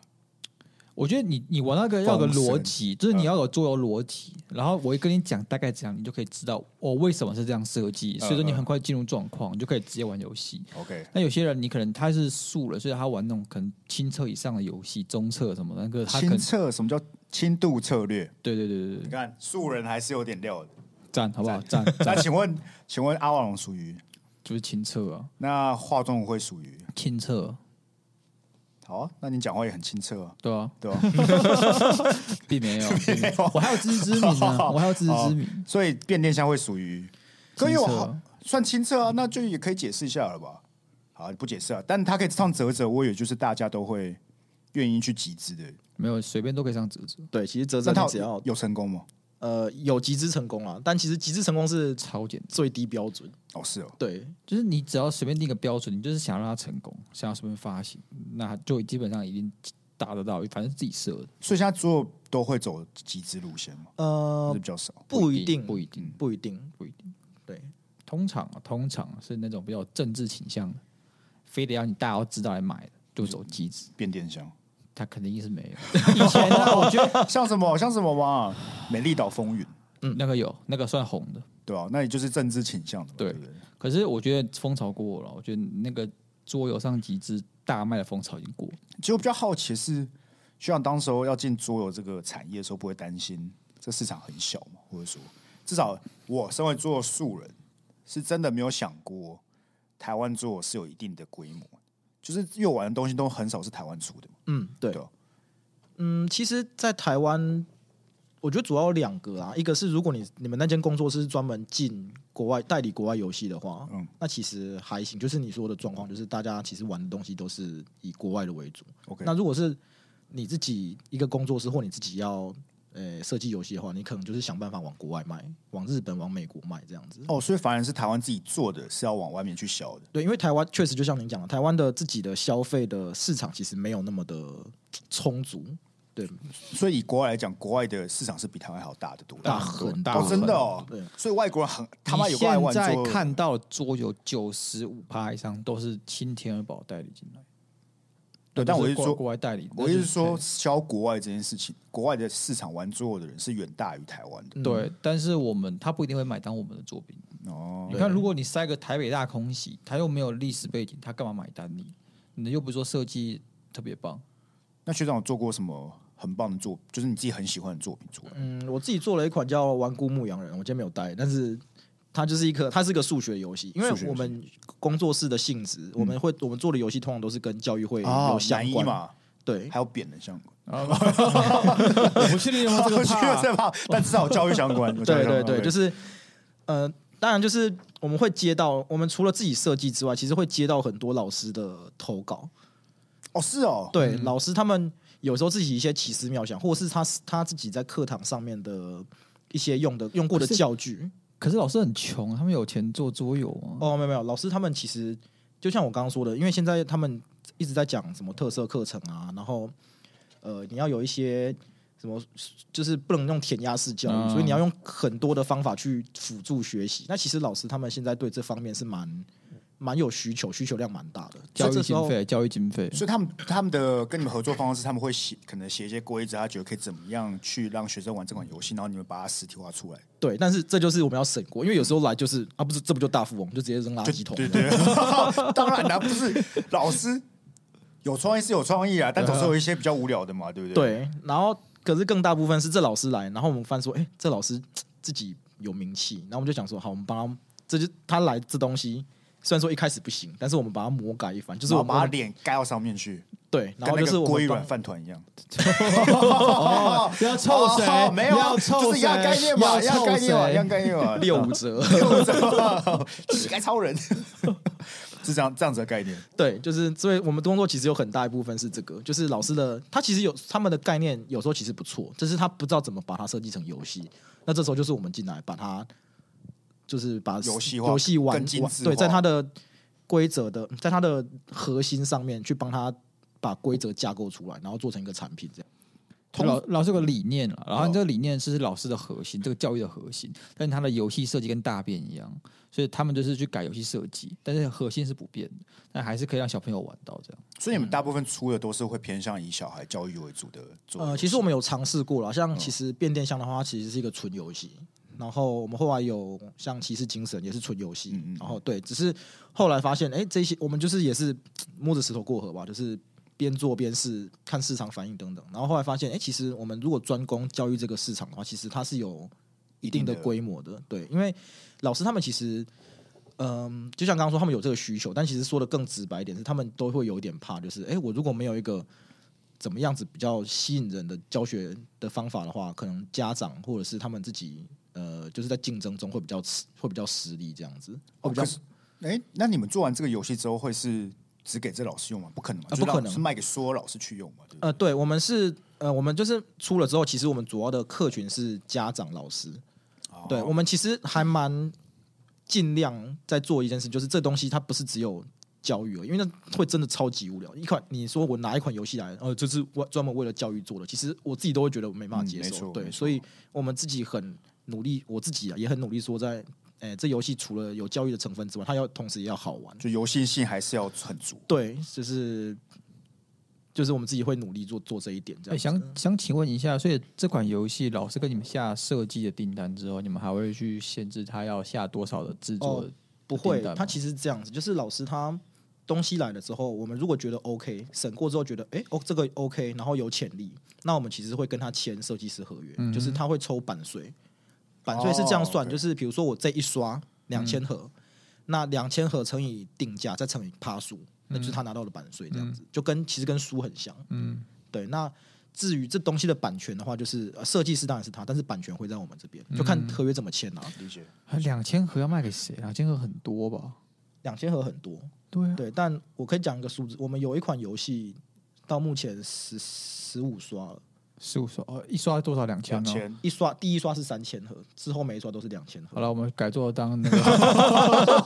Speaker 1: 我觉得你你玩那个要有个
Speaker 2: 封神
Speaker 1: 逻辑，就是
Speaker 2: 嗯
Speaker 1: 你要有桌游逻辑，然后我会跟你讲大概怎样，你就可以知道我为什么是这样设
Speaker 2: 嗯
Speaker 1: 计，所以说你很快进入状况，你就可以直接玩游戏。
Speaker 2: OK，
Speaker 1: 那有些人你可能他是素人，所以他玩那种可能轻测以上的游戏，中测什么的那个，他可
Speaker 2: 轻
Speaker 1: 能
Speaker 2: 策什么叫轻度策略？
Speaker 1: 对对对对
Speaker 2: 你
Speaker 1: 对，
Speaker 2: 看素人还是有点料的。
Speaker 1: 赞好不好？赞
Speaker 2: *laughs* 那请问，请问阿瓦隆属于
Speaker 1: 就是轻测啊，
Speaker 2: 那化妆舞会属于？
Speaker 1: 轻测，
Speaker 2: 好啊，那你讲话也很清澈啊，
Speaker 1: 对啊，*laughs*
Speaker 2: 对吧、
Speaker 1: 并没有，并没 *laughs* 有我还有自知之明呢，我还有自知之明。
Speaker 2: 所以变电箱会属于，可以
Speaker 1: 清
Speaker 2: 我
Speaker 1: 澈
Speaker 2: 好算清澈啊，那就也可以解释一下了吧？好，不解释啊，但他可以唱泽泽，我也就是大家都会愿意去集资的。
Speaker 1: 没有，随便都可以上折折，
Speaker 3: 对，其实折折
Speaker 2: 但他
Speaker 3: 你哦只要
Speaker 2: 有有成功吗？
Speaker 3: 呃有集资成功了，但其实集资成功是
Speaker 1: 超简单。
Speaker 3: 最低标准。
Speaker 2: 哦，是哦，
Speaker 3: 对，
Speaker 1: 就是你只要随便定个标准，你就是想让它成功，想要随便发行，那就基本上已经达得到，反正是自己设的，
Speaker 2: 所以现在所有都会走集资路线嘛，还
Speaker 3: 呃
Speaker 2: 是比较少。
Speaker 3: 不
Speaker 1: 一
Speaker 3: 一定，
Speaker 1: 不一定。
Speaker 3: 不一定，
Speaker 1: 不一定。
Speaker 3: 对，
Speaker 1: 通常啊，通常啊是那种比较有政治倾向的，非得要你大家要知道来买的，就走机制，
Speaker 2: 变电箱，
Speaker 1: 他肯定是没有。以前呢，我觉得
Speaker 2: 像什么像什么嘛，美丽岛风云，
Speaker 1: 那个有，那个算红的，
Speaker 2: 对吧、那也就是政治倾向的嘛，
Speaker 1: 对
Speaker 2: 对不对？
Speaker 1: 可是我觉得风潮过了，我觉得那个桌游上集资大卖的风潮已经过了。
Speaker 2: 其实我比较好奇的是，学长当时候要进桌游这个产业的时候，不会担心这市场很小嘛？或者说，至少我身为桌游素人，是真的没有想过台湾桌游是有一定的规模，就是因为我玩的东西都很少是台湾出的嘛。
Speaker 3: 嗯，对
Speaker 2: 对啊，
Speaker 3: 嗯，其实，在台湾，我觉得主要有两个啊，一个是如果你你们那间工作室是专门进国外代理国外游戏的话，
Speaker 2: 嗯
Speaker 3: 嗯，那其实还行，就是你说的状况，就是大家其实玩的东西都是以国外的为主。
Speaker 2: OK，
Speaker 3: 那如果是你自己一个工作室或你自己要呃设计游戏的话，你可能就是想办法往国外卖，往日本、往美国卖这样子。
Speaker 2: 哦，所以反而是台湾自己做的是要往外面去销的。
Speaker 3: 对，因为台湾确实就像您讲的，台湾的自己的消费的市场其实没有那么的充足，对，
Speaker 2: 所以以国外来讲，国外的市场是比台湾还要大得多的，
Speaker 3: 大很
Speaker 1: 大
Speaker 2: 哦，真的哦
Speaker 3: 对。
Speaker 2: 所以外国人很他妈
Speaker 1: 你
Speaker 2: 有个爱
Speaker 1: 现
Speaker 2: 玩
Speaker 1: 在
Speaker 2: 桌游，
Speaker 1: 看到桌游九十五趴以上都是青天鹅堡代理进来，
Speaker 2: 对但我是
Speaker 1: 国
Speaker 2: 说
Speaker 1: 国外代理，
Speaker 2: 我意思是说，
Speaker 1: 那
Speaker 2: 销国外这件事情，国外的市场玩桌游的人是远大于台湾的。
Speaker 3: 嗯
Speaker 1: 对，对，但是我们他不一定会买单我们的作品。
Speaker 2: 哦，
Speaker 1: 你看，如果你塞个台北大空袭，他又没有历史背景，他干嘛买单你？你又不是说设计特别
Speaker 2: *laughs*
Speaker 1: 棒，
Speaker 2: 那学长有做过什么很棒的作，就是你自己很喜欢的作品出来？
Speaker 3: 嗯，我自己做了一款叫《顽固牧羊人》，我今天没有带，但是它就是一个，它是一个数学游戏，因为
Speaker 2: 数学游戏
Speaker 3: 我们工作室的性质，我们
Speaker 1: 嗯
Speaker 3: 会我们做的游戏通常都是跟教育会
Speaker 1: 哦
Speaker 3: 有
Speaker 2: 啊南
Speaker 3: 相
Speaker 2: 一
Speaker 3: 关，
Speaker 2: 嘛，
Speaker 3: 对，
Speaker 2: 还有扁的相
Speaker 3: *laughs*
Speaker 2: 关，
Speaker 1: 我不确定有没有
Speaker 2: *laughs*
Speaker 1: 这个怕、
Speaker 2: 这吧？但至少有教育相
Speaker 3: *laughs*
Speaker 2: 关，有教育
Speaker 3: 对
Speaker 2: 相
Speaker 3: 对
Speaker 2: 关
Speaker 3: 对，就是是呃，当然就是我们会接到，我们除了自己设计之外，其实会接到很多老师的投稿，
Speaker 2: 哦，是哦，
Speaker 3: 对，
Speaker 1: 嗯
Speaker 3: 老师他们有时候自己一些奇思妙想，或是他他自己在课堂上面的一些用的用过的
Speaker 1: 可是
Speaker 3: 教具。
Speaker 1: *laughs* 可是老师很穷，啊他们有钱做桌游啊吗？
Speaker 3: 哦，没有没有，老师他们其实就像我刚刚说的，因为现在他们一直在讲什么特色课程啊，然后呃，你要有一些什么，就是不能用填鸭式教育，
Speaker 1: 嗯
Speaker 3: 所以你要用很多的方法去辅助学习。那其实老师他们现在对这方面是蛮蛮有需求，需求量蛮大的。
Speaker 1: 教
Speaker 3: 所以
Speaker 1: 育
Speaker 3: 这时
Speaker 1: 经
Speaker 3: 候
Speaker 1: 费，教育经费，
Speaker 2: 所以他们他们的跟你们合作方式，他们会写可能写一些规则，他觉得可以怎么样去让学生玩这款游戏，然后你们把它实体化出来，
Speaker 3: 对，但是这就是我们要审过，因为有时候来就是啊，不是这不就大富翁，就直接扔垃
Speaker 2: 就
Speaker 3: 圾桶。
Speaker 2: 对对， *laughs* 当然啦，不是老师有创意是有创意啊，但总是有一些比较无聊的嘛，对不对？
Speaker 3: 对，然后可是更大部分是这老师来，然后我们翻说，哎、这老师嘖自己有名气，然后我们就想说，好，我们帮他，这就他来这东西，虽然说一开始不行，但是我们把它魔改一番，就是
Speaker 2: 然
Speaker 3: 我
Speaker 2: 后
Speaker 3: 们
Speaker 2: 把他脸盖到上面去，
Speaker 3: 对，然
Speaker 2: 跟
Speaker 3: 后
Speaker 2: 那
Speaker 3: 就是
Speaker 2: 个
Speaker 3: 我
Speaker 2: 龟
Speaker 3: 们
Speaker 2: 软
Speaker 3: 帮
Speaker 2: 饭团一样。
Speaker 1: 要臭谁？
Speaker 2: 哦 *laughs* 没有啊，
Speaker 1: 要臭
Speaker 2: 就
Speaker 1: 谁？
Speaker 2: 是一样概念嘛，一样
Speaker 1: 要
Speaker 2: 概
Speaker 1: 臭
Speaker 2: 念嘛，一
Speaker 1: 谁
Speaker 2: 样？概念嘛。 *laughs*
Speaker 3: 六五折，
Speaker 2: 乞丐超人 *laughs* 是这样这样子的概念。
Speaker 3: 对，就是所以我们工作其实有很大一部分是这个，就是老师的他其实有他们的概念，有时候其实不错，只是他不知道怎么把它设计成游戏，那这时候就是我们进来把它就是把
Speaker 2: 游戏化
Speaker 3: 游戏玩
Speaker 2: 更精
Speaker 3: 玩
Speaker 2: 致化
Speaker 3: 对，在他的规则的，在它的核心上面去帮它把规则架构出来，然后做成一个产品这样。
Speaker 1: 就老老师有个理念
Speaker 3: 哦
Speaker 1: 了，然后这个理念是老师的核心，这个教育的核心，但是他的游戏设计跟大便一样，所以他们就是去改游戏设计，但是核心是不变的，但还是可以让小朋友玩到这样。
Speaker 2: 所
Speaker 3: 嗯
Speaker 2: 以你们大部分出的都是会偏向以小孩教育为主的嗯做的游戏。
Speaker 3: 呃，其实我们有尝试过了，像其实变电箱的话，它其实是一个纯游戏。
Speaker 2: 嗯
Speaker 3: 然后我们后来有像骑士精神也是纯游戏，
Speaker 2: 嗯嗯嗯
Speaker 3: 然后对，只是后来发现，哎，这些我们就是也是摸着石头过河吧，就是边做边试，看市场反应等等。然后后来发现，哎，其实我们如果专攻教育这个市场的话，其实它是有一定的
Speaker 2: 一定的
Speaker 3: 规模的，对，因为老师他们其实。嗯，就像刚刚说，他们有这个需求，但其实说的更直白一点是，他们都会有一点怕，就是，哎、我如果没有一个怎么样子比较吸引人的教学的方法的话，可能家长或者是他们自己，呃，就是在竞争中会比较吃会比较实力这样子，
Speaker 2: 哦，
Speaker 3: 会比较、
Speaker 2: 可是，哎、那你们做完这个游戏之后，会是只给这老师用吗？不可能嘛，
Speaker 3: 啊
Speaker 2: 就是
Speaker 3: 不可
Speaker 2: 让
Speaker 3: 能
Speaker 2: 是卖给所有老师去用嘛，对不对？
Speaker 3: 呃，对我们是呃，我们就是出了之后，其实我们主要的客群是家长老师，
Speaker 2: 哦
Speaker 3: 对我们其实还蛮尽量在做一件事，就是这东西它不是只有教育而已，因为那会真的超级无聊。一款你说我拿一款游戏来，呃，这是我专门为了教育做的，其实我自己都会觉得我没办法
Speaker 2: 嗯
Speaker 3: 接
Speaker 2: 没
Speaker 3: 受。
Speaker 2: 错没
Speaker 3: 对，
Speaker 2: 错
Speaker 3: 所以我们自己很努力，我自己啊也很努力说在，诶，这游戏除了有教育的成分之外，它要同时也要好玩。
Speaker 2: 就游戏性还是要很足。
Speaker 3: 对，就是就是我们自己会努力做做这一点，这
Speaker 1: 哎
Speaker 3: 样子。
Speaker 1: 想想请问一下，所以这款游戏老师跟你们下设计的订单之后，你们还会去限制他要下多少的制作
Speaker 3: 哦不会
Speaker 1: 订单，吗
Speaker 3: 他其实是这样子，就是老师他东西来了之后，我们如果觉得 OK，审过之后觉得哎、哦这个 OK，然后有潜力，那我们其实会跟他签设计师合约，就是他会抽版税，版税是这样算，
Speaker 2: 哦对
Speaker 3: 就是比如说我这一刷两千盒，那两千盒乘以定价再乘以趴数，那就是他拿到的版税这样子，就跟其实跟书很像，
Speaker 1: 嗯，
Speaker 3: 对，那。至于这东西的版权的话，就是呃设计师当然是他，但是版权会在我们这边，就看合约怎么签啊。
Speaker 2: 理解，
Speaker 1: 两千盒要卖给谁？两千盒很多吧？
Speaker 3: 两千盒很多，
Speaker 1: 对啊，
Speaker 3: 对，但我可以讲一个数字，我们有一款游戏到目前十十五刷了，
Speaker 1: 十五刷哦，一刷多少？两千
Speaker 2: 两
Speaker 1: 哦。
Speaker 2: 千
Speaker 3: 一刷第一刷是三千盒，之后每一刷都是两千
Speaker 1: 好
Speaker 3: 盒。
Speaker 1: 了，我们改做当那
Speaker 3: *laughs*
Speaker 1: 个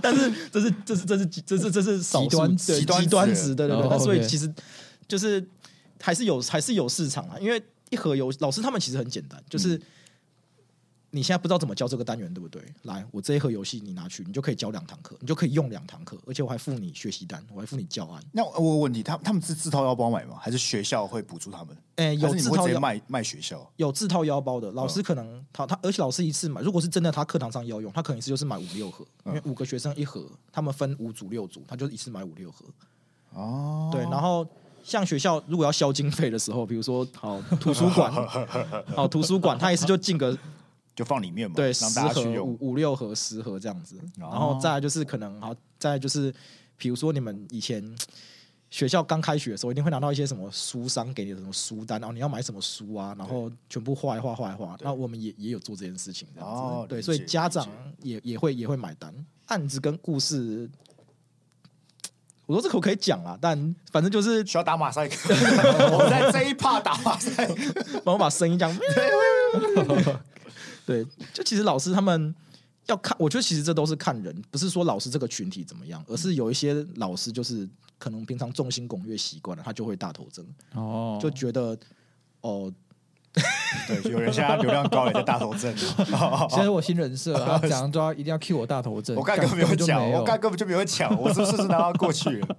Speaker 3: 但是这是这是这是这是这是少数
Speaker 1: 极端
Speaker 3: 对
Speaker 2: 极端
Speaker 3: 极端
Speaker 2: 值
Speaker 3: 值，对对
Speaker 1: 哦
Speaker 3: 对。那所以
Speaker 1: OK
Speaker 3: 其实就是还是有还是有市场啊，因为一盒游老师他们其实很简单，
Speaker 2: 嗯
Speaker 3: 就是。你现在不知道怎么教这个单元，对不对？来，我这一盒游戏你拿去，你就可以教两堂课，你就可以用两堂课，而且我还付你学习单，我还付你教案。
Speaker 2: 那我有个问题，他他们是自掏腰包买吗？还是学校会补助他们？
Speaker 3: 哎、
Speaker 2: 还
Speaker 3: 有
Speaker 2: 是你
Speaker 3: 自
Speaker 2: 们会
Speaker 3: 掏
Speaker 2: 直接
Speaker 3: 腰
Speaker 2: 卖卖学校？
Speaker 3: 有自掏腰包的老师，可能他他，而且老师一次买，如果是真的他课堂上要用，他可能一次就是买五六盒，因为五个学生一盒，他们分五组六组，他就一次买五六盒。
Speaker 2: 哦，
Speaker 3: 对，然后像学校如果要消经费的时候，比如说好图书馆，好图书馆，他一次就进个
Speaker 2: 就放里面嘛，
Speaker 3: 对
Speaker 2: 让
Speaker 3: 十
Speaker 2: 大家
Speaker 3: 盒
Speaker 2: 去用哦
Speaker 3: 五。五六盒十盒这样子，然后再来就是可能好，再来就是比如说你们以前。学校刚开学的时候，一定会拿到一些什么书商给你的什么书单，然后哦你要买什么书啊，然后全部画一画，画一画。那我们也也有做这件事情，这样子。
Speaker 2: 哦
Speaker 3: 对，
Speaker 2: 理
Speaker 3: 所以
Speaker 2: 解
Speaker 3: 家
Speaker 2: 理
Speaker 3: 长
Speaker 2: 解
Speaker 3: 也也会也会买单。案子跟故事，我说这个我可以讲啦，但反正就是
Speaker 2: 需要打马赛克， *laughs* 我们在这一趴打马赛克。
Speaker 3: 帮我把声
Speaker 2: *laughs*
Speaker 3: 音这样。对，就其实老师他们要看，我觉得其实这都是看人，不是说老师这个群体怎么样，而是有一些老师就是可能平常众星拱月习惯了，他就会大头针，
Speaker 1: 哦，
Speaker 3: 就觉得哦，
Speaker 2: 对，有人现在流量高，也在大头症。啊 *laughs*
Speaker 1: 现在是我新人设，他讲完之后一定要 cue 我大头阵。
Speaker 2: 我刚刚
Speaker 1: 根
Speaker 2: 没有
Speaker 1: 本就
Speaker 2: 讲，
Speaker 1: 没
Speaker 2: 我刚刚根本就没有讲，我是不是拿到过去 *laughs* 了？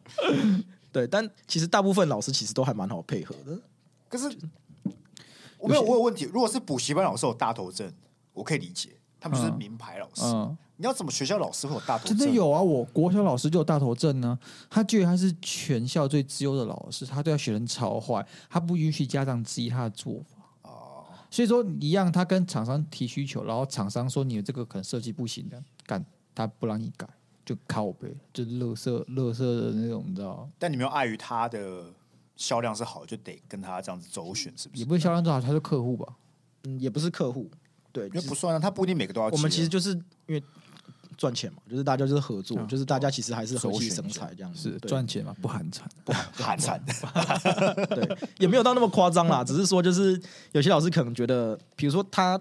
Speaker 3: 对，但其实大部分老师其实都还蛮好配合的。
Speaker 2: 可是我没有，我有问题。如果是补习班老师有大头症，我可以理解，他们就是
Speaker 1: 嗯
Speaker 2: 名牌老师。
Speaker 1: 嗯，
Speaker 2: 你要怎么学校老师会有大头症？
Speaker 1: 真的有啊！我国小老师就有大头症呢、他觉得他是全校最资优的老师，他对他学生超坏，他不允许家长质疑他的做法。
Speaker 2: 哦，
Speaker 1: 所以说，一样，他跟厂商提需求，然后厂商说你这个可能设计不行的，干他不让你改，就靠呗，就乐色乐色的那种，你知道？
Speaker 2: 但你们又碍于他的销量是好，就得跟他这样子周旋，是不
Speaker 1: 也
Speaker 2: 是？
Speaker 1: 不是销量多少，他是客户吧？
Speaker 3: 嗯，也不是客户，对，
Speaker 2: 因为
Speaker 3: 其实
Speaker 2: 不算啊，他不一定每个都要接啊。
Speaker 3: 我们其实就是因为赚钱嘛，就是大家就是合
Speaker 2: 哦
Speaker 3: 作，就是大家其实还是和
Speaker 2: 周
Speaker 3: 气
Speaker 2: 旋
Speaker 3: 生
Speaker 2: 哦一下
Speaker 3: 财这样子，
Speaker 1: 是
Speaker 3: 对
Speaker 1: 赚钱嘛，不寒碜。
Speaker 2: 寒啊惨，
Speaker 3: 对，也没有到那么夸张啦，只是说就是有些老师可能觉得，比如说他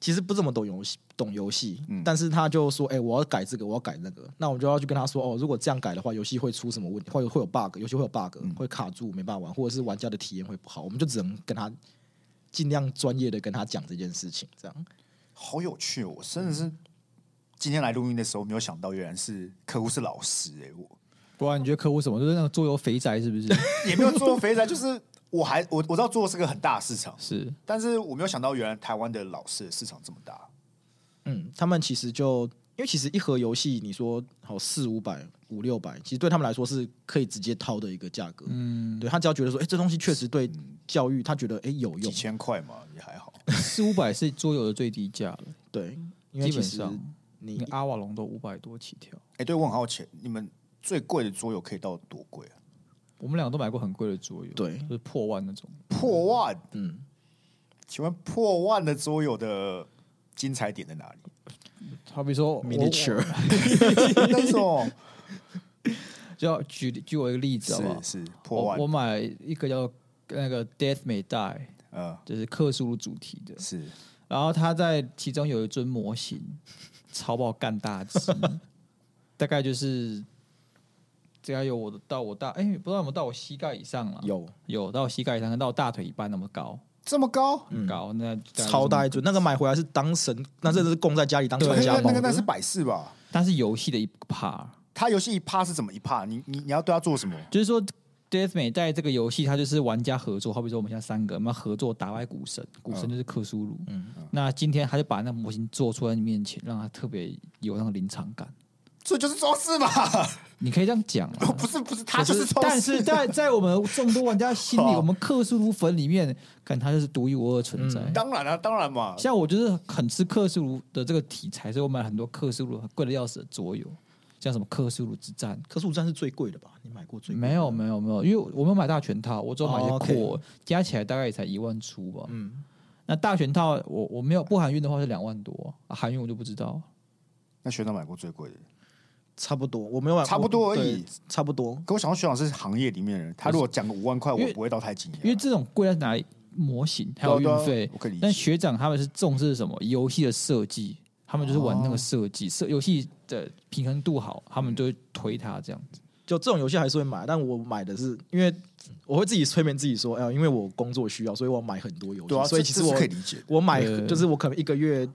Speaker 3: 其实不怎么懂游戏，懂游戏，
Speaker 2: 嗯
Speaker 3: 但是他就说，哎、我要改这个，我要改那个，那我就要去跟他说，哦，如果这样改的话，游戏会出什么问题，会会有 bug，游戏会有 bug，、会卡住，没办法玩，或者是玩家的体验会不好，我们就只能跟他尽量专业的跟他讲这件事情，这样。
Speaker 2: 好有趣哦！我真的是
Speaker 1: 嗯
Speaker 2: 今天来录音的时候没有想到，原来是客户是老师哎、我
Speaker 1: 不然你觉得客户什么？就是那种桌游肥宅是
Speaker 2: *laughs*
Speaker 1: 不是？
Speaker 2: 也没有做肥宅，啊就是我还我我知道做是个很大的市场，
Speaker 1: 是，
Speaker 2: 但是我没有想到原来台湾的老师的市场这么大。
Speaker 3: 嗯，他们其实就因为其实一盒游戏，你说好四五百、五六百，其实对他们来说是可以直接掏的一个价格。嗯，对他只要觉得说，哎、这东西确实对
Speaker 2: 嗯
Speaker 3: 教育，他觉得哎、有
Speaker 2: 几
Speaker 3: 用，
Speaker 2: 千块嘛，也还好。
Speaker 1: 四五百是桌游的最低价了，
Speaker 3: 对，因为
Speaker 1: 基
Speaker 3: 其
Speaker 1: 本
Speaker 3: 实
Speaker 1: 上
Speaker 3: 你
Speaker 1: 你阿瓦隆都五百多起跳。
Speaker 2: 哎、对我很好奇，你们最贵的桌游可以到多贵啊？
Speaker 1: 我们两个都买过很贵的桌游，
Speaker 3: 对
Speaker 1: 就是破万那种。
Speaker 2: 破万？
Speaker 3: 嗯，
Speaker 2: 请问破万的桌游的精彩点在哪
Speaker 1: *laughs*
Speaker 2: 里？
Speaker 1: 好比说
Speaker 3: miniature
Speaker 2: 那种
Speaker 1: 我就要举举我一个例子好不好？
Speaker 2: 是是破
Speaker 1: 我
Speaker 2: 万
Speaker 1: 我，买一个叫那个 Death May Die，
Speaker 2: 嗯，
Speaker 1: 就是克苏鲁主题的，
Speaker 2: 是
Speaker 1: 然后它在其中有一尊模型，超爆干大
Speaker 3: *laughs*
Speaker 1: 只，大概就是大概有我的到我大哎、不知道有没有到我膝盖以上
Speaker 2: 哦
Speaker 1: 了，
Speaker 3: 有
Speaker 1: 有到我膝盖以上，跟到我大腿一半那么高，
Speaker 2: 这么高？
Speaker 1: 很高，那概
Speaker 3: 嗯超大一
Speaker 1: 就是
Speaker 3: 尊，那个买回来是当神，那真的是供在家里当
Speaker 1: 对
Speaker 3: 传
Speaker 2: 那
Speaker 3: 家
Speaker 2: 个
Speaker 3: 宝
Speaker 2: 那个那是
Speaker 3: 的。
Speaker 2: 百事吧？
Speaker 1: 那么，它是游戏的一趴。
Speaker 2: 他游戏一趴是怎么一趴？你你你要对他做什么？
Speaker 1: 就是说，Death May 在这个游戏，它就是玩家合作，好比说我们现在三个，我们要合作打败古神，古神就是克苏鲁。嗯，那今天他就把那个模型做出来你面前，让他特别有那个临场感。
Speaker 2: *laughs* 这就是装饰嘛？
Speaker 1: 你可以这样讲啦
Speaker 2: *laughs* 不是不是，他
Speaker 1: 可
Speaker 2: 就是是装饰。
Speaker 1: 但是在在我们众多玩家心里，
Speaker 2: *laughs* 好
Speaker 1: 我们克苏鲁粉里面，看他就是独一无二的存在。
Speaker 2: 当然啊，当然嘛，
Speaker 1: 像我就是很吃克苏鲁的这个题材，所以我买了很多克苏鲁很贵的要死的桌游，像什么克苏鲁之战，
Speaker 3: 可是我站是最贵的吧？你买过最贵的
Speaker 1: 没有没有没有，因为我没有买大全套，我只有买一些
Speaker 3: 哦
Speaker 1: 扩
Speaker 3: ，OK
Speaker 1: 加起来大概也才一万出吧。
Speaker 3: 嗯，
Speaker 1: 那大全套我我没有不含运的话是两万多，啊含运我就不知道。
Speaker 2: 那学长买过最贵的，
Speaker 3: 差不多，我没有买过，
Speaker 2: 差不多而已
Speaker 3: 对，差不多。
Speaker 2: 可我想到学长是行业里面的人，他如果讲个五万块，
Speaker 1: 因
Speaker 2: 我
Speaker 1: 为
Speaker 2: 不会到太惊讶，
Speaker 1: 因为这种贵在哪里？模型还有
Speaker 2: 啊对啊
Speaker 1: 运
Speaker 2: 对啊
Speaker 1: 费
Speaker 2: 我可以理解。
Speaker 1: 但学长他们是重视什么？游戏的设计，他们就是玩
Speaker 2: 哦
Speaker 1: 那个设计，设游戏的平衡度好，他
Speaker 2: 嗯
Speaker 1: 们就会推它这样子。
Speaker 3: 就这种游戏还是会买，但我买的是因为我会自己催眠自己说，哎、呀，因为我工作需要，所以我买很多游戏，
Speaker 2: 对啊，
Speaker 3: 所以
Speaker 2: 这
Speaker 3: 其实
Speaker 2: 这是
Speaker 3: 我
Speaker 2: 可以理解的。
Speaker 3: 我买
Speaker 1: 对
Speaker 3: 就是我可能一个月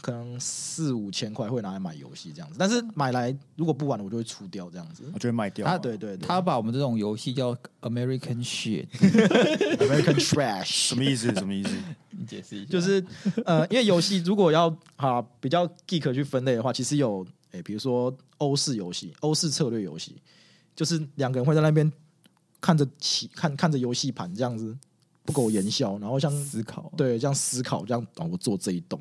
Speaker 3: 可能四五千块会拿来买游戏这样子，但是买来如果不玩了我就会出掉这样子。
Speaker 2: 我就会卖掉
Speaker 3: 啊，
Speaker 2: 嘛。
Speaker 3: 对对对
Speaker 1: 他把我们这种游戏叫 American shit，
Speaker 3: ，American
Speaker 2: 什
Speaker 3: Trash
Speaker 2: *laughs* 么意思？什么意思？
Speaker 1: 你解释一下。
Speaker 3: 就是呃，因为游戏如果要啊比较 geek 去分类的话，其实有诶、比如说欧式游戏、欧式策略游戏，就是两个人会在那边看着棋、看看着游戏盘这样子不苟言笑，然后像
Speaker 1: 思考，
Speaker 2: 哦
Speaker 3: 对这样思考，这样哦，我做这一动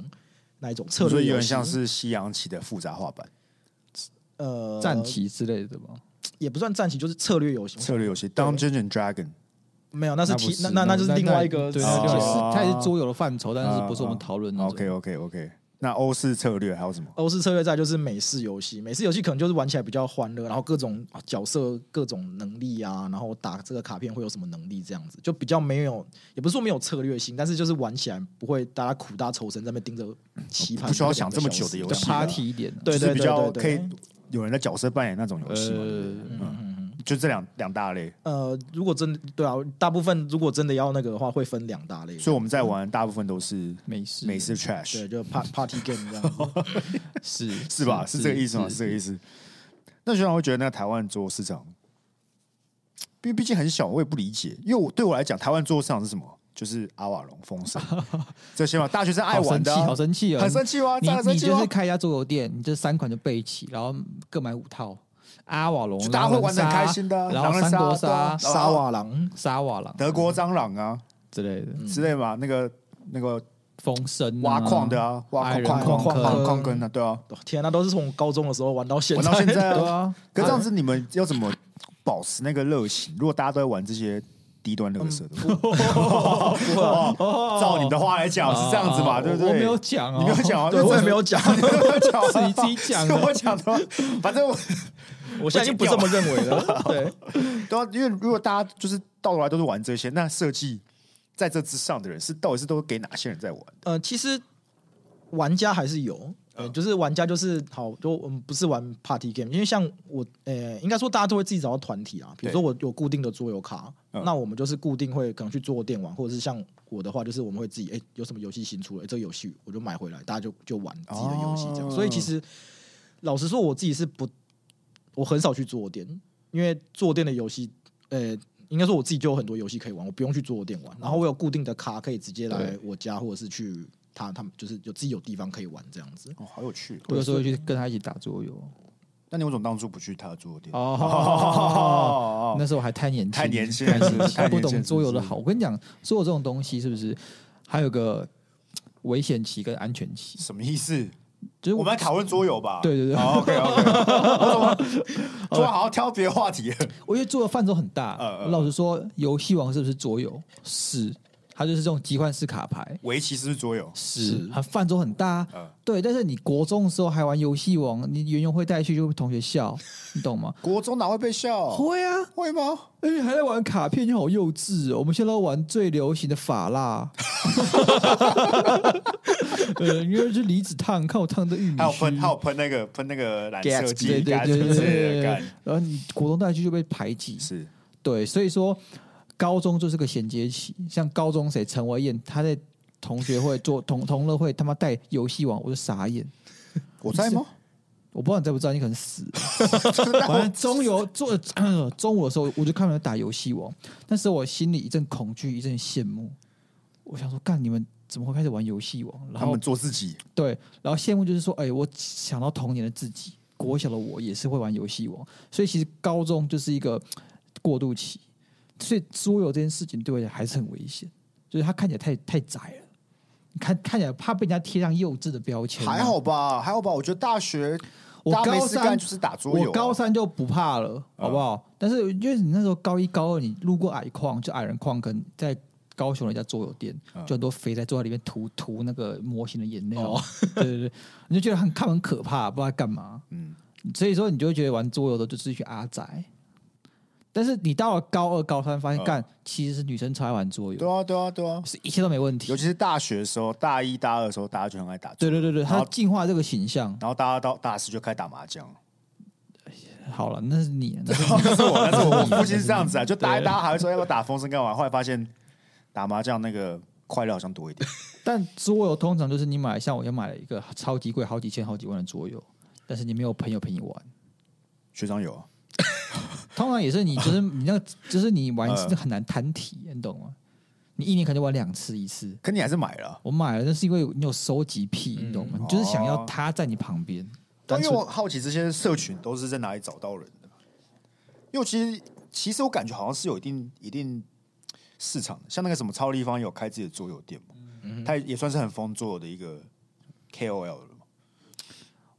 Speaker 3: 那一种策
Speaker 2: 所
Speaker 3: 略游
Speaker 2: 以有点
Speaker 3: 戏，
Speaker 2: 像是西洋棋的复杂化版，
Speaker 3: 呃
Speaker 1: 战棋之类的吧。
Speaker 3: 也不算战棋，就是策略游戏。
Speaker 2: 策略游戏《Dungeons and Dragon》
Speaker 3: 没有，那是
Speaker 1: 那不
Speaker 3: 题，那
Speaker 1: 是
Speaker 3: 那那就是另外一个
Speaker 1: 对，
Speaker 3: 世
Speaker 1: 那就是
Speaker 3: 界。
Speaker 2: 哦
Speaker 1: 它也是桌游的范畴，但是
Speaker 2: 啊
Speaker 1: 不是我们讨论的。
Speaker 2: OK OK OK，那欧式策略还有什么？
Speaker 3: 欧式策略战就是美式游戏，美式游戏可能就是玩起来比较欢乐，然后各种啊角色、各种能力啊，然后打这个卡片会有什么能力这样子，就比较没有，也不是说没有策略性，但是就是玩起来不会大家苦大仇深在那边盯着棋盘，
Speaker 2: 不需要想这么久的游
Speaker 1: 比较
Speaker 2: 戏啊
Speaker 1: party 一点的，
Speaker 3: 对
Speaker 2: 就是
Speaker 3: 对
Speaker 2: 比
Speaker 3: 对
Speaker 2: 较
Speaker 3: 对
Speaker 2: 可以
Speaker 3: 对。
Speaker 2: 有人的角色扮演那种游戏嘛，
Speaker 1: 呃
Speaker 2: 对不对？嗯，就这两两大类，
Speaker 3: 呃，如果真的对啊，大部分如果真的要那个的话，会分两大类，
Speaker 2: 所以我们在玩大部分都是
Speaker 1: 美式
Speaker 2: 美式
Speaker 3: 对，
Speaker 2: trash，
Speaker 3: 就 pa- party game 这样
Speaker 2: *laughs*
Speaker 3: 子。
Speaker 1: 是
Speaker 2: 是吧？是这个意思吗？是这个意思。那学长会觉得那个台湾桌市场，因为毕竟很小，我也不理解。因为我对我来讲，台湾桌市场是什么？就是阿瓦隆、风扇这些嘛，大学生爱
Speaker 1: 好
Speaker 2: 玩
Speaker 1: 生气，
Speaker 2: 的啊，
Speaker 1: 好生气啊！
Speaker 2: 很生气吗？
Speaker 1: 你
Speaker 2: 真的很
Speaker 1: 你
Speaker 2: 生气哦
Speaker 1: 就
Speaker 2: 吗
Speaker 1: 是？开一家桌游店，你这三款就备齐，然后各买五套阿瓦隆，
Speaker 2: 就大家会玩的很开心的啊，
Speaker 1: 然
Speaker 2: 狼
Speaker 1: 后
Speaker 2: 人
Speaker 1: 三
Speaker 2: 杀
Speaker 1: 国
Speaker 2: 对
Speaker 1: 杀、
Speaker 2: 啊然后
Speaker 3: 沙瓦狼，
Speaker 1: 沙瓦朗
Speaker 2: 德国蟑螂啊
Speaker 1: 之类的，
Speaker 2: 之类嘛，那个那个
Speaker 1: 风声
Speaker 2: 挖矿的，啊，挖
Speaker 1: 矮人
Speaker 2: 矿矿
Speaker 1: 矿
Speaker 2: 矿矿
Speaker 3: 坑
Speaker 2: 矿坑的，对啊，
Speaker 3: 哦天啊、那都是从高中的时候玩到现
Speaker 2: 玩
Speaker 3: 在，
Speaker 2: 到现
Speaker 3: *laughs*
Speaker 2: 在
Speaker 1: 对
Speaker 2: 啊。
Speaker 1: 啊，
Speaker 2: 可这样子，你们要怎么保持那个热情？如果大家都在玩这些低端乐色的话，哦照你们的话来讲是这样子吧，
Speaker 1: 啊
Speaker 2: 对不
Speaker 1: 我
Speaker 2: 对？
Speaker 1: 我没有讲哦
Speaker 2: 你没有讲啊，
Speaker 3: 对
Speaker 2: 因为
Speaker 3: 我也
Speaker 2: 这
Speaker 3: 没有讲，
Speaker 2: 你没有讲啊，
Speaker 1: 是你自己讲的
Speaker 2: 是我讲的吗，反正我
Speaker 3: 我现在就不这么认为了。对，
Speaker 2: 对啊，因为如果大家就是到头来都是玩这些，那设计在这之上的人是到底是都给哪些人在玩？
Speaker 3: 呃，其实玩家还是有，
Speaker 2: 嗯
Speaker 3: 呃，就是玩家就是好，就我们不是玩 party game，因为像我，呃，应该说大家都会自己找到团体啊。比如说我有固定的桌游卡，
Speaker 2: 嗯
Speaker 3: 那我们就是固定会可能去桌游店玩，或者是像我的话，就是我们会自己哎、有什么游戏新出了，哎这个游戏我就买回来，大家就就玩自己的游戏这样。
Speaker 2: 哦
Speaker 3: 所以其实老实说，我自己是不，我很少去桌游店，因为桌游店的游戏，呃。应该说我自己就有很多游戏可以玩，我不用去桌游店玩。然后我有固定的卡，可以直接来
Speaker 1: 对
Speaker 3: 我家，或者是去他他们就是有自己有地方可以玩这样子。
Speaker 2: 哦，好有趣。
Speaker 1: 我有时候会去跟他一起打桌游。
Speaker 2: 那你为什么当初不去他的桌游店？ *laughs*
Speaker 1: 哦，那时候我还太年轻，
Speaker 2: 太年轻
Speaker 1: 太
Speaker 2: 了
Speaker 1: 年
Speaker 2: *laughs* 是
Speaker 1: 轻，
Speaker 2: 太年
Speaker 1: 不
Speaker 2: 轻
Speaker 1: 懂桌游的好。
Speaker 2: 是
Speaker 1: 我跟你讲，桌游这种东西是不是还有个危险期跟安全期？
Speaker 2: 什么意思？
Speaker 1: 就是
Speaker 2: 我们来哦讨论桌游吧。
Speaker 1: 对对对
Speaker 2: ，OK OK。我怎么突然好像挑别的话题了？
Speaker 1: 我觉得做的范畴很大。
Speaker 2: 嗯嗯
Speaker 1: 我老实说，游戏王是不是桌游？是，它就是这种集换式卡牌。
Speaker 2: *laughs* 围棋是不是桌游？
Speaker 1: 是，它范畴很大。
Speaker 2: 嗯
Speaker 1: 对，但是你国中的时候还玩游戏王，你园游会带去就被同学笑，你懂吗？
Speaker 2: 国中哪会被笑？
Speaker 1: 会啊，
Speaker 2: 会吗？
Speaker 1: 而且还在玩卡片，就好幼稚、哦。我们现在都玩最流行的法蜡，呃，因为是离子烫，看我烫的玉米
Speaker 2: 还有
Speaker 1: 须
Speaker 2: 喷，还有喷那个喷那个染色剂，
Speaker 1: 对对
Speaker 2: 干
Speaker 1: 对对
Speaker 2: 之
Speaker 1: 对
Speaker 2: 类
Speaker 1: 对
Speaker 2: 的
Speaker 1: 对
Speaker 2: 干。
Speaker 1: 然后你国中带去就被排挤，
Speaker 2: 是
Speaker 1: 对，所以说高中就是个衔接期。像高中谁陈维燕，他在同学会做同同乐会，他妈带游戏王，我就傻眼。
Speaker 2: 我在吗？
Speaker 1: 我不知道你在不知道，你可能死了。
Speaker 2: *laughs*
Speaker 1: 反正中游做中午的时候，我就看到打游戏王，那时候我心里一阵恐惧，一阵羡慕。我想说，干你们怎么会开始玩游戏王？然
Speaker 2: 他
Speaker 1: 后
Speaker 2: 们做自己，
Speaker 1: 对，然后羡慕就是说，哎、我想到童年的自己，国小的我也是会玩游戏王，所以其实高中就是一个过渡期，所以桌游这件事情对我来讲还是很危险，就是它看起来太太窄了，你看看起来怕被人家贴上幼稚的标签。
Speaker 2: 还好吧，还好吧。我觉得大学
Speaker 1: 我
Speaker 2: 大家没
Speaker 1: 高
Speaker 2: 事干
Speaker 1: 三
Speaker 2: 就是打桌游啊，啊
Speaker 1: 我高三就不怕了，好不好？但是因为你那时候高一高二，你路过矮矿，就矮人矿坑，在高雄人家桌游店，
Speaker 2: 啊
Speaker 1: 就很多肥仔坐在里面涂涂那个模型的颜料，
Speaker 2: 哦
Speaker 1: *laughs* 对对对，你就觉得很看很可怕，不知道在干嘛。
Speaker 2: 嗯
Speaker 1: 嗯，所以说你就会觉得玩桌游的就是一群阿宅。但是你到了高二、高三，发现
Speaker 2: 嗯
Speaker 1: 干、其实是女生超爱玩桌
Speaker 2: 对
Speaker 1: 游，
Speaker 2: 啊对啊对啊。
Speaker 1: 是一切都没问题
Speaker 2: 尤。其是大学的时候，大一大二的时候，大家就很爱打桌
Speaker 1: 对
Speaker 2: 游，
Speaker 1: 对对对，
Speaker 2: 然
Speaker 1: 他
Speaker 2: 后
Speaker 1: 进化这个形象，
Speaker 2: 然后大家到大四就开始打麻将。
Speaker 1: 好了，那是你，那是
Speaker 2: *laughs* 那是我，那是我，我父亲是这
Speaker 1: *laughs*
Speaker 2: 样
Speaker 3: *laughs*
Speaker 2: 子啊，就大家大家还会说要不要打风筝干嘛，后来发现打麻将那个快乐好像多一点。
Speaker 1: 但桌游通常就是你买，像我又买了一个超级贵，好几千、好几万的桌游，但是你没有朋友陪你玩。
Speaker 2: 学长有啊，
Speaker 1: 通常也是你，就是
Speaker 2: *laughs*
Speaker 1: 你那个，就是你玩
Speaker 2: 嗯
Speaker 1: 是很难摊体，你懂吗？你一年可能就玩两次、一次。
Speaker 2: 可你还是买了啊。
Speaker 1: 我买了，那是因为你有收集癖，
Speaker 2: 嗯
Speaker 1: 你懂吗？你就是想要他在你旁边。
Speaker 2: 但
Speaker 1: 单
Speaker 2: 因为
Speaker 1: 纯
Speaker 2: 我好奇这些社群都是在哪里找到人的，因为我其实其实我感觉好像是有一定一定市场的，像那个什么超立方有开自己的桌游店嘛，
Speaker 3: 嗯
Speaker 2: 他也算是很疯桌游的一个 KOL 了嘛。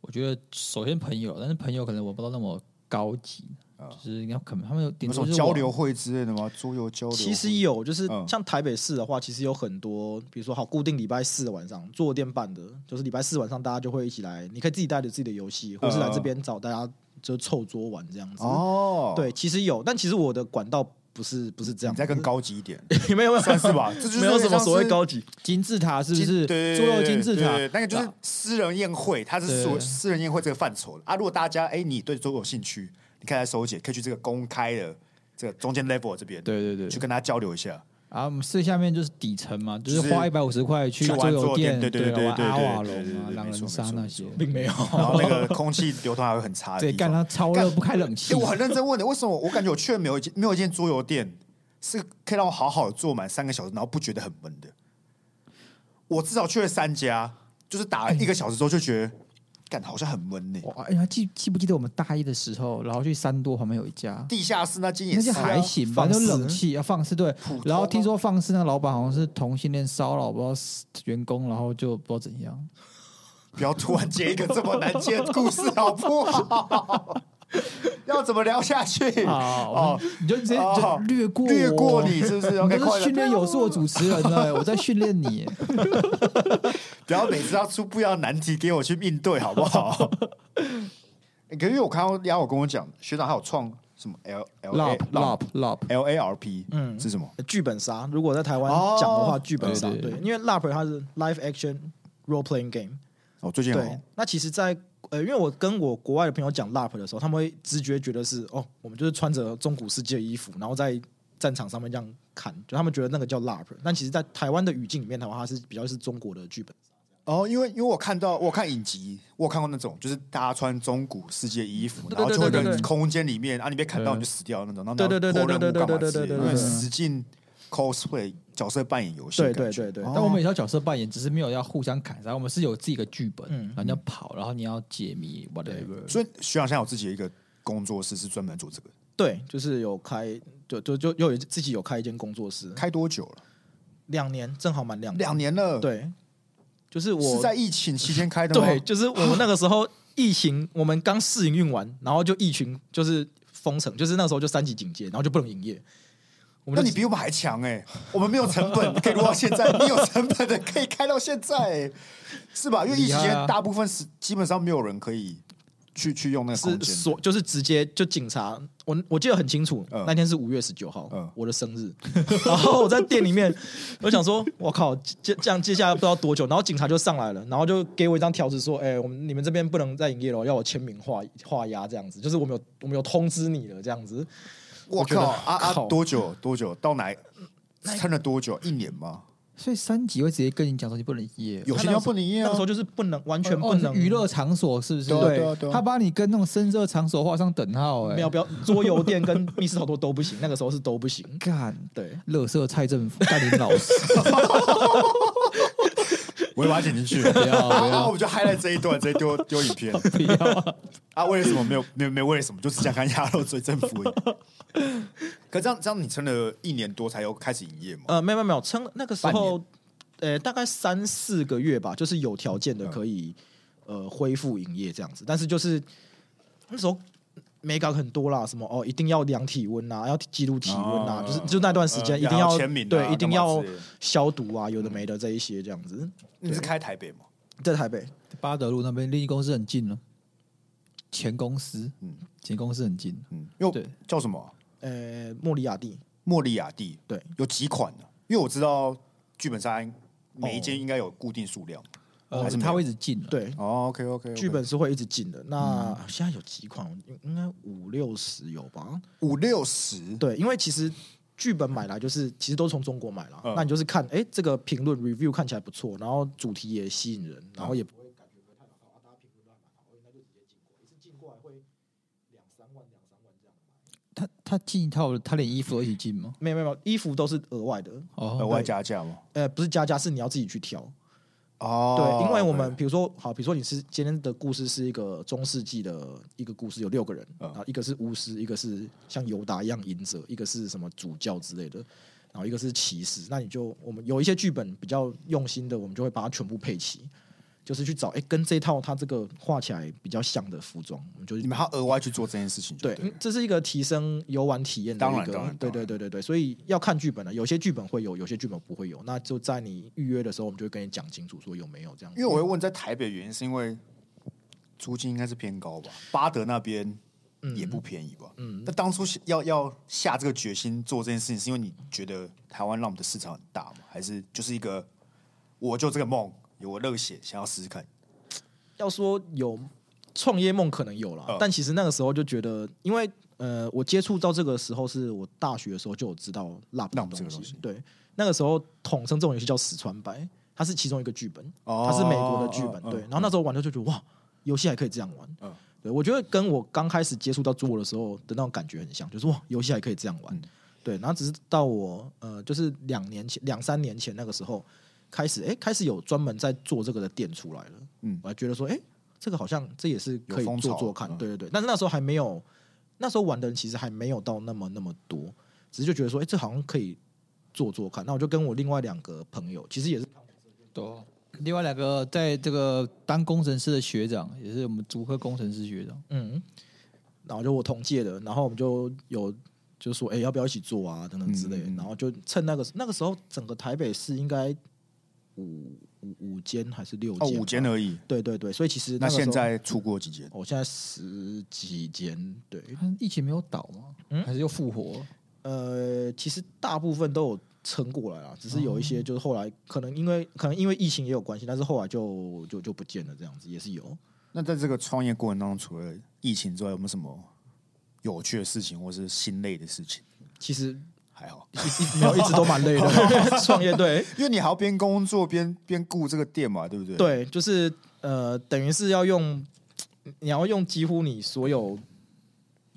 Speaker 1: 我觉得首先朋友，但是朋友可能我不知道那么高级，就是你要可能他们有
Speaker 2: 啊有
Speaker 1: 顶
Speaker 2: 什
Speaker 1: 多
Speaker 2: 么
Speaker 1: 就是
Speaker 2: 交
Speaker 1: 网
Speaker 2: 流会之类的吗？桌游交流会？
Speaker 3: 其实有，就是
Speaker 2: 嗯
Speaker 3: 像台北市的话，其实有很多，比如说好固定礼拜四的晚上坐店办的，就是礼拜四晚上大家就会一起来，你可以自己带着自己的游戏，或是来这边找大家就凑桌玩这样
Speaker 2: 嗯
Speaker 3: 子。
Speaker 2: 哦，
Speaker 3: 对，，其实有，但其实我的管道不是不是这样
Speaker 2: 你，再更高级一点，
Speaker 3: *laughs* 没有没有
Speaker 2: 算是吧？这就是
Speaker 3: 没有什么
Speaker 2: 像
Speaker 3: 所谓
Speaker 2: 是
Speaker 3: 高级，
Speaker 1: 金字塔是不是？
Speaker 2: 对
Speaker 1: 桌游金字塔，啊
Speaker 2: 那个就是私人宴会，它是属
Speaker 1: 对
Speaker 2: 私人宴会这个范畴啊。如果大家哎、你对桌游有兴趣，你可以来收姐，可以去这个公开的这个中间 level 这边，
Speaker 1: 对对对
Speaker 2: 去跟他交流一下。
Speaker 1: 啊，我们最下面就是底层嘛，就
Speaker 2: 就是是
Speaker 1: 花一百五十块去
Speaker 2: 去玩
Speaker 1: 桌游
Speaker 2: 桌店对对
Speaker 1: 对
Speaker 2: 对对
Speaker 1: 玩阿
Speaker 2: 对对
Speaker 1: 瓦
Speaker 2: 对
Speaker 1: 隆
Speaker 2: 对
Speaker 1: 啊、
Speaker 2: 对
Speaker 1: 狼
Speaker 2: 没错
Speaker 1: 人杀
Speaker 2: 没错
Speaker 1: 那
Speaker 2: 没
Speaker 1: 些
Speaker 2: 错，
Speaker 3: 并没有。
Speaker 1: *laughs*
Speaker 2: 然后那个空气流通还会很差的地
Speaker 1: 哦对，
Speaker 2: 方。
Speaker 1: 干他超热不开冷气
Speaker 2: *laughs* 哎、，我很认真问你，为什么我感觉我去了没有一间没有一间桌游店是可以让我好好坐满三个小时，然后不觉得很闷的？我至少去了三家，就是打了一个小时之后就觉得，干好像很闷呢、
Speaker 1: 哇！哎呀，记记不记得我们大一的时候，然后去三多旁边有一家，
Speaker 2: 地下室那间也
Speaker 1: 那
Speaker 2: 是、
Speaker 1: 就
Speaker 2: 啊、
Speaker 1: 还行吧，
Speaker 3: 放
Speaker 1: 就
Speaker 3: 肆
Speaker 1: 冷气要放肆对
Speaker 2: 普通啊。
Speaker 1: 然后听说放肆那个老板好像是同性恋骚扰，不知道是员工，然后就不知道怎 *laughs* 样。
Speaker 2: 不要突然接一个这么难接的故事，好不好？要怎么聊下去？
Speaker 1: 啊，我们你就直接就
Speaker 2: 哦
Speaker 1: 略过
Speaker 2: 略
Speaker 1: 我
Speaker 2: 过你，是不是
Speaker 1: 你
Speaker 2: ？OK，
Speaker 1: 都
Speaker 2: 快
Speaker 1: 是训
Speaker 2: 点
Speaker 1: 练有素的主持人呢，我在训练
Speaker 2: *laughs*
Speaker 1: 你。
Speaker 2: 不要每次要出不一样的难题给我去应对，好
Speaker 1: *laughs*
Speaker 2: 不好？欸可是因为我看到丫我跟我讲，学长还有创什么 L L
Speaker 1: lop
Speaker 2: A
Speaker 1: lop lop，
Speaker 2: L A R P，嗯，
Speaker 3: 嗯
Speaker 2: 是什么？
Speaker 3: 剧本杀，如果在台湾讲的话，剧本杀
Speaker 1: 对对
Speaker 3: 对，因为 LARP 它是 live action role playing game。
Speaker 2: 哦，最近很
Speaker 3: 对
Speaker 2: 红，，
Speaker 3: 那其实在，呃，因为我跟我国外的朋友讲 LARP 的时候，他们会直觉觉得是哦，我们就是穿着中古世界的衣服，然后在战场上面这样砍，就他们觉得那个叫 LARP。但其实，在台湾的语境里面的话，它是比较是中国的剧本。
Speaker 2: 哦，因为因为我看到我看影集，我有看过那种就是大家穿中古世界衣服，
Speaker 3: 对
Speaker 2: 然后
Speaker 3: 对
Speaker 2: 就会
Speaker 3: 对对
Speaker 2: 在
Speaker 3: 对
Speaker 2: 空间里面啊，你被砍到
Speaker 1: 对
Speaker 2: 你就死掉那种，然后
Speaker 3: 对对对
Speaker 2: 你要
Speaker 3: 对
Speaker 2: 破任
Speaker 3: 对
Speaker 2: 务干嘛
Speaker 3: 对对
Speaker 2: 之类的
Speaker 3: 对
Speaker 1: 对
Speaker 2: 有点
Speaker 1: 对
Speaker 2: 实境 cosplay 角色扮演游戏的
Speaker 3: 对
Speaker 2: 感觉，哦
Speaker 3: 对对对，
Speaker 1: 但我们也是要角色扮演，只是没有要互相砍杀，我们是有自己的剧本，
Speaker 3: 嗯
Speaker 1: 然后你要跑，然后你要解谜，whatever。
Speaker 2: 所以徐朗现在有自己的一个工作室，是专门做这个，
Speaker 3: 对，就是有开，就就就又有自己有开一间工作室，
Speaker 2: 开多久了？
Speaker 3: 两年，正好满两
Speaker 2: 两年了，，
Speaker 3: 对，就是我
Speaker 2: 是在疫情期间开的吗？
Speaker 3: 对，，就是我们那个时候疫情，我们刚试营运完，然后就疫情就是封城，就是那时候就三级警戒，然后就不能营业。我
Speaker 2: 那
Speaker 3: 们就
Speaker 2: 你比我们还强哎、我们没有成本可以录到现在，你有成本的可以开到现在、欸，是吧？因为疫情期
Speaker 1: 厉害啊
Speaker 2: 间大部分是基本上没有人可以去去用那个空
Speaker 3: 是
Speaker 2: 间，
Speaker 3: 所就是直接就警察，我我记得很清楚，
Speaker 2: 嗯
Speaker 3: 那天是五月十九号，
Speaker 2: 嗯
Speaker 3: 我的生日。 *laughs* 然后我在店里面，我想说，我靠，接这样接下来不知道多久，然后警察就上来了，然后就给我一张条子说，哎、我们你们这边不能再营业了，要我签名画画押这样子，就是我们有我们有通知你了这样子。
Speaker 2: 我
Speaker 3: 我觉得
Speaker 2: 靠啊啊
Speaker 3: 靠！
Speaker 2: 多久多久到哪？撑了多久？一年吗？
Speaker 1: 所以三级会直接跟你讲说你不能耶，
Speaker 2: 有些地方不能营业
Speaker 3: 那
Speaker 2: 啊
Speaker 3: 个时。候就是不能完全
Speaker 1: 哦
Speaker 3: 不能
Speaker 1: 是娱乐场所是不是？
Speaker 2: 对啊
Speaker 3: 对
Speaker 2: 对啊对啊
Speaker 1: 他把你跟那种深色场所画上等号，哎，
Speaker 3: 没有，不要桌游店跟密室逃脱都不行，那个时候是都不行。
Speaker 1: 干，
Speaker 3: 对，
Speaker 1: 乐色蔡政府干你老师，
Speaker 2: 我也把它剪进去。 *laughs*
Speaker 1: 不要
Speaker 2: 啊
Speaker 1: 不
Speaker 2: 啊！我
Speaker 1: 要
Speaker 2: 们就 highlight 这一段，直接丢丢影片
Speaker 1: 不要，
Speaker 2: 啊！为了什么没有没有没有为了什么，就是想看鸭肉追政府而已。可这样这样，你撑了一年多才有开始营业嘛？
Speaker 3: 呃，没有没有没有，撑那个时
Speaker 2: 半
Speaker 3: 候
Speaker 2: 年，
Speaker 3: 呃，大概三四个月吧，就是有条件的
Speaker 2: 嗯
Speaker 3: 可以、呃恢复营业这样子，但是就是那时候。美感很多啦，什么哦，一定要量体温啊，要记录体温
Speaker 2: 哦
Speaker 3: 啊，就是就那段时间
Speaker 2: 嗯
Speaker 3: 一定
Speaker 2: 要
Speaker 3: 要
Speaker 2: 签名啊
Speaker 3: 对，
Speaker 2: 干
Speaker 3: 一定
Speaker 2: 嘛
Speaker 3: 要
Speaker 2: 之类的
Speaker 3: 消毒啊，有的没的这一些这样子。
Speaker 2: 你是开台北吗？
Speaker 3: 在台北，
Speaker 1: 巴德路那边离公司很近了，前公司，
Speaker 2: 嗯
Speaker 1: 嗯，前公司很近，
Speaker 2: 嗯，因为
Speaker 1: 对
Speaker 2: 叫什么啊
Speaker 3: 呃，莫里亚蒂，
Speaker 2: 莫莉亚蒂？
Speaker 3: 对，哦
Speaker 2: 有几款呢？因为我知道剧本杀每一间应该有固定数量。
Speaker 1: 呃
Speaker 2: 还是，没有
Speaker 1: 他会一直进啊，
Speaker 3: 对，
Speaker 2: 哦，OK OK，
Speaker 3: 剧本是会一直进的。那现在有几款？应应该五六十有吧？
Speaker 2: 五六十，
Speaker 3: 对，因为其实剧本买来就是其实都从中国买了，
Speaker 2: 嗯
Speaker 3: 那你就是看哎、诶这个评论 review 看起来不错，然后主题也吸引人，然后也不会感觉不会太好啊，大家评论都还蛮好，那就直接进过，一次进过来会两三万两三万这样。
Speaker 1: 他他进一套，他连衣服都一起进吗？
Speaker 3: 没有没有没有，衣服都是额外的，
Speaker 2: 额
Speaker 1: 哦，
Speaker 2: 外加价吗？
Speaker 3: 呃，不是加价，是你要自己去挑。
Speaker 2: 哦，
Speaker 3: 对，因为我们比如说，好，比如说你是今天的故事是一个中世纪的一个故事，有六个人，
Speaker 2: 嗯
Speaker 3: 然后一个是巫师，一个是像犹达一样隐者，一个是什么主教之类的，然后一个是骑士。那你就我们有一些剧本比较用心的，我们就会把它全部配齐，就是去找哎、诶跟这一套它这个画起来比较像的服装，我们就
Speaker 2: 对你们还要额外去做这件事情就
Speaker 3: 对，
Speaker 2: 对
Speaker 3: 嗯
Speaker 2: 了，
Speaker 3: 这是一个提升游玩体验的
Speaker 2: 当然
Speaker 3: 一
Speaker 2: 当
Speaker 3: 个
Speaker 2: 然，
Speaker 3: 对
Speaker 2: 当
Speaker 3: 对
Speaker 2: 然
Speaker 3: 对对对，所以要看剧本了，啊有些剧本会有，有些剧本不会有，那就在你预约的时候，我们就会跟你讲清楚说有没有这样子。
Speaker 2: 因为我会问在台北的原因是因为租金应该是偏高吧，巴德那边也不便宜吧。嗯，那当初要要下这个决心做这件事情，是因为你觉得台湾让我们的市场很大吗？还是就是一个我就这个梦有我热血想要试试看？
Speaker 3: 要说有创业梦，可能有啦，
Speaker 2: 嗯
Speaker 3: 但其实那个时候就觉得，因为呃，我接触到这个时候是我大学的时候就有知道 lab 这
Speaker 2: Lab
Speaker 3: 种
Speaker 2: 这个东
Speaker 3: 东西
Speaker 2: 西，
Speaker 3: 对，那个时候统称这种游戏叫死川白，它是其中一个剧本，
Speaker 2: 哦
Speaker 3: 它是美国的剧本，
Speaker 2: 嗯
Speaker 3: 对
Speaker 2: 嗯。
Speaker 3: 然后那时候玩的就觉得哇，游戏还可以这样玩，
Speaker 2: 嗯
Speaker 3: 对我觉得跟我刚开始接触到桌游的时候的那种感觉很像，就是哇，游戏还可以这样玩，
Speaker 2: 嗯
Speaker 3: 对。然后只是到我呃，就是两年前、两三年前那个时候开始，哎、开始有专门在做这个的店出来了，
Speaker 2: 嗯
Speaker 3: 我还觉得说，哎、这个好像这也是可以
Speaker 2: 有风潮
Speaker 3: 做做看，
Speaker 2: 嗯
Speaker 3: 对对对。但是那时候还没有，那时候玩的人其实还没有到那么那么多，只是就觉得说，哎、这好像可以做做看。那我就跟我另外两个朋友，其实也是
Speaker 1: 对啊。另外两个在这个当工程师的学长，也是我们竹科工程师学长，
Speaker 3: 嗯，然后就我同届的，然后我们就有就说，哎、要不要一起做啊，等等之类的。
Speaker 2: 嗯嗯嗯
Speaker 3: 然后就趁那个那个时候，整个台北市应该五五五间还是六
Speaker 2: 哦，
Speaker 3: 间、啊
Speaker 2: 五间。而已。
Speaker 3: 对对对，所以其实
Speaker 2: 那
Speaker 3: 个时候
Speaker 2: 现在出过几间？
Speaker 3: 我、现在十几间，对，
Speaker 2: 嗯
Speaker 1: 他疫情没有倒吗？还是又复活了？
Speaker 3: 呃，其实大部分都有撑过来啊，只是有一些就是后来可能因为可能因为疫情也有关系，但是后来就就就不见了，这样子也是有。
Speaker 2: 那在这个创业过程当中，除了疫情之外，有没有什么有趣的事情，或是心累的事情？
Speaker 3: 其实
Speaker 2: 还好，
Speaker 3: 一没有一直都蛮累的，创业对
Speaker 2: 因为你还要边工作边边顾这个店嘛，对不对？，
Speaker 3: 对，就是呃，等于是要用你要用几乎你所有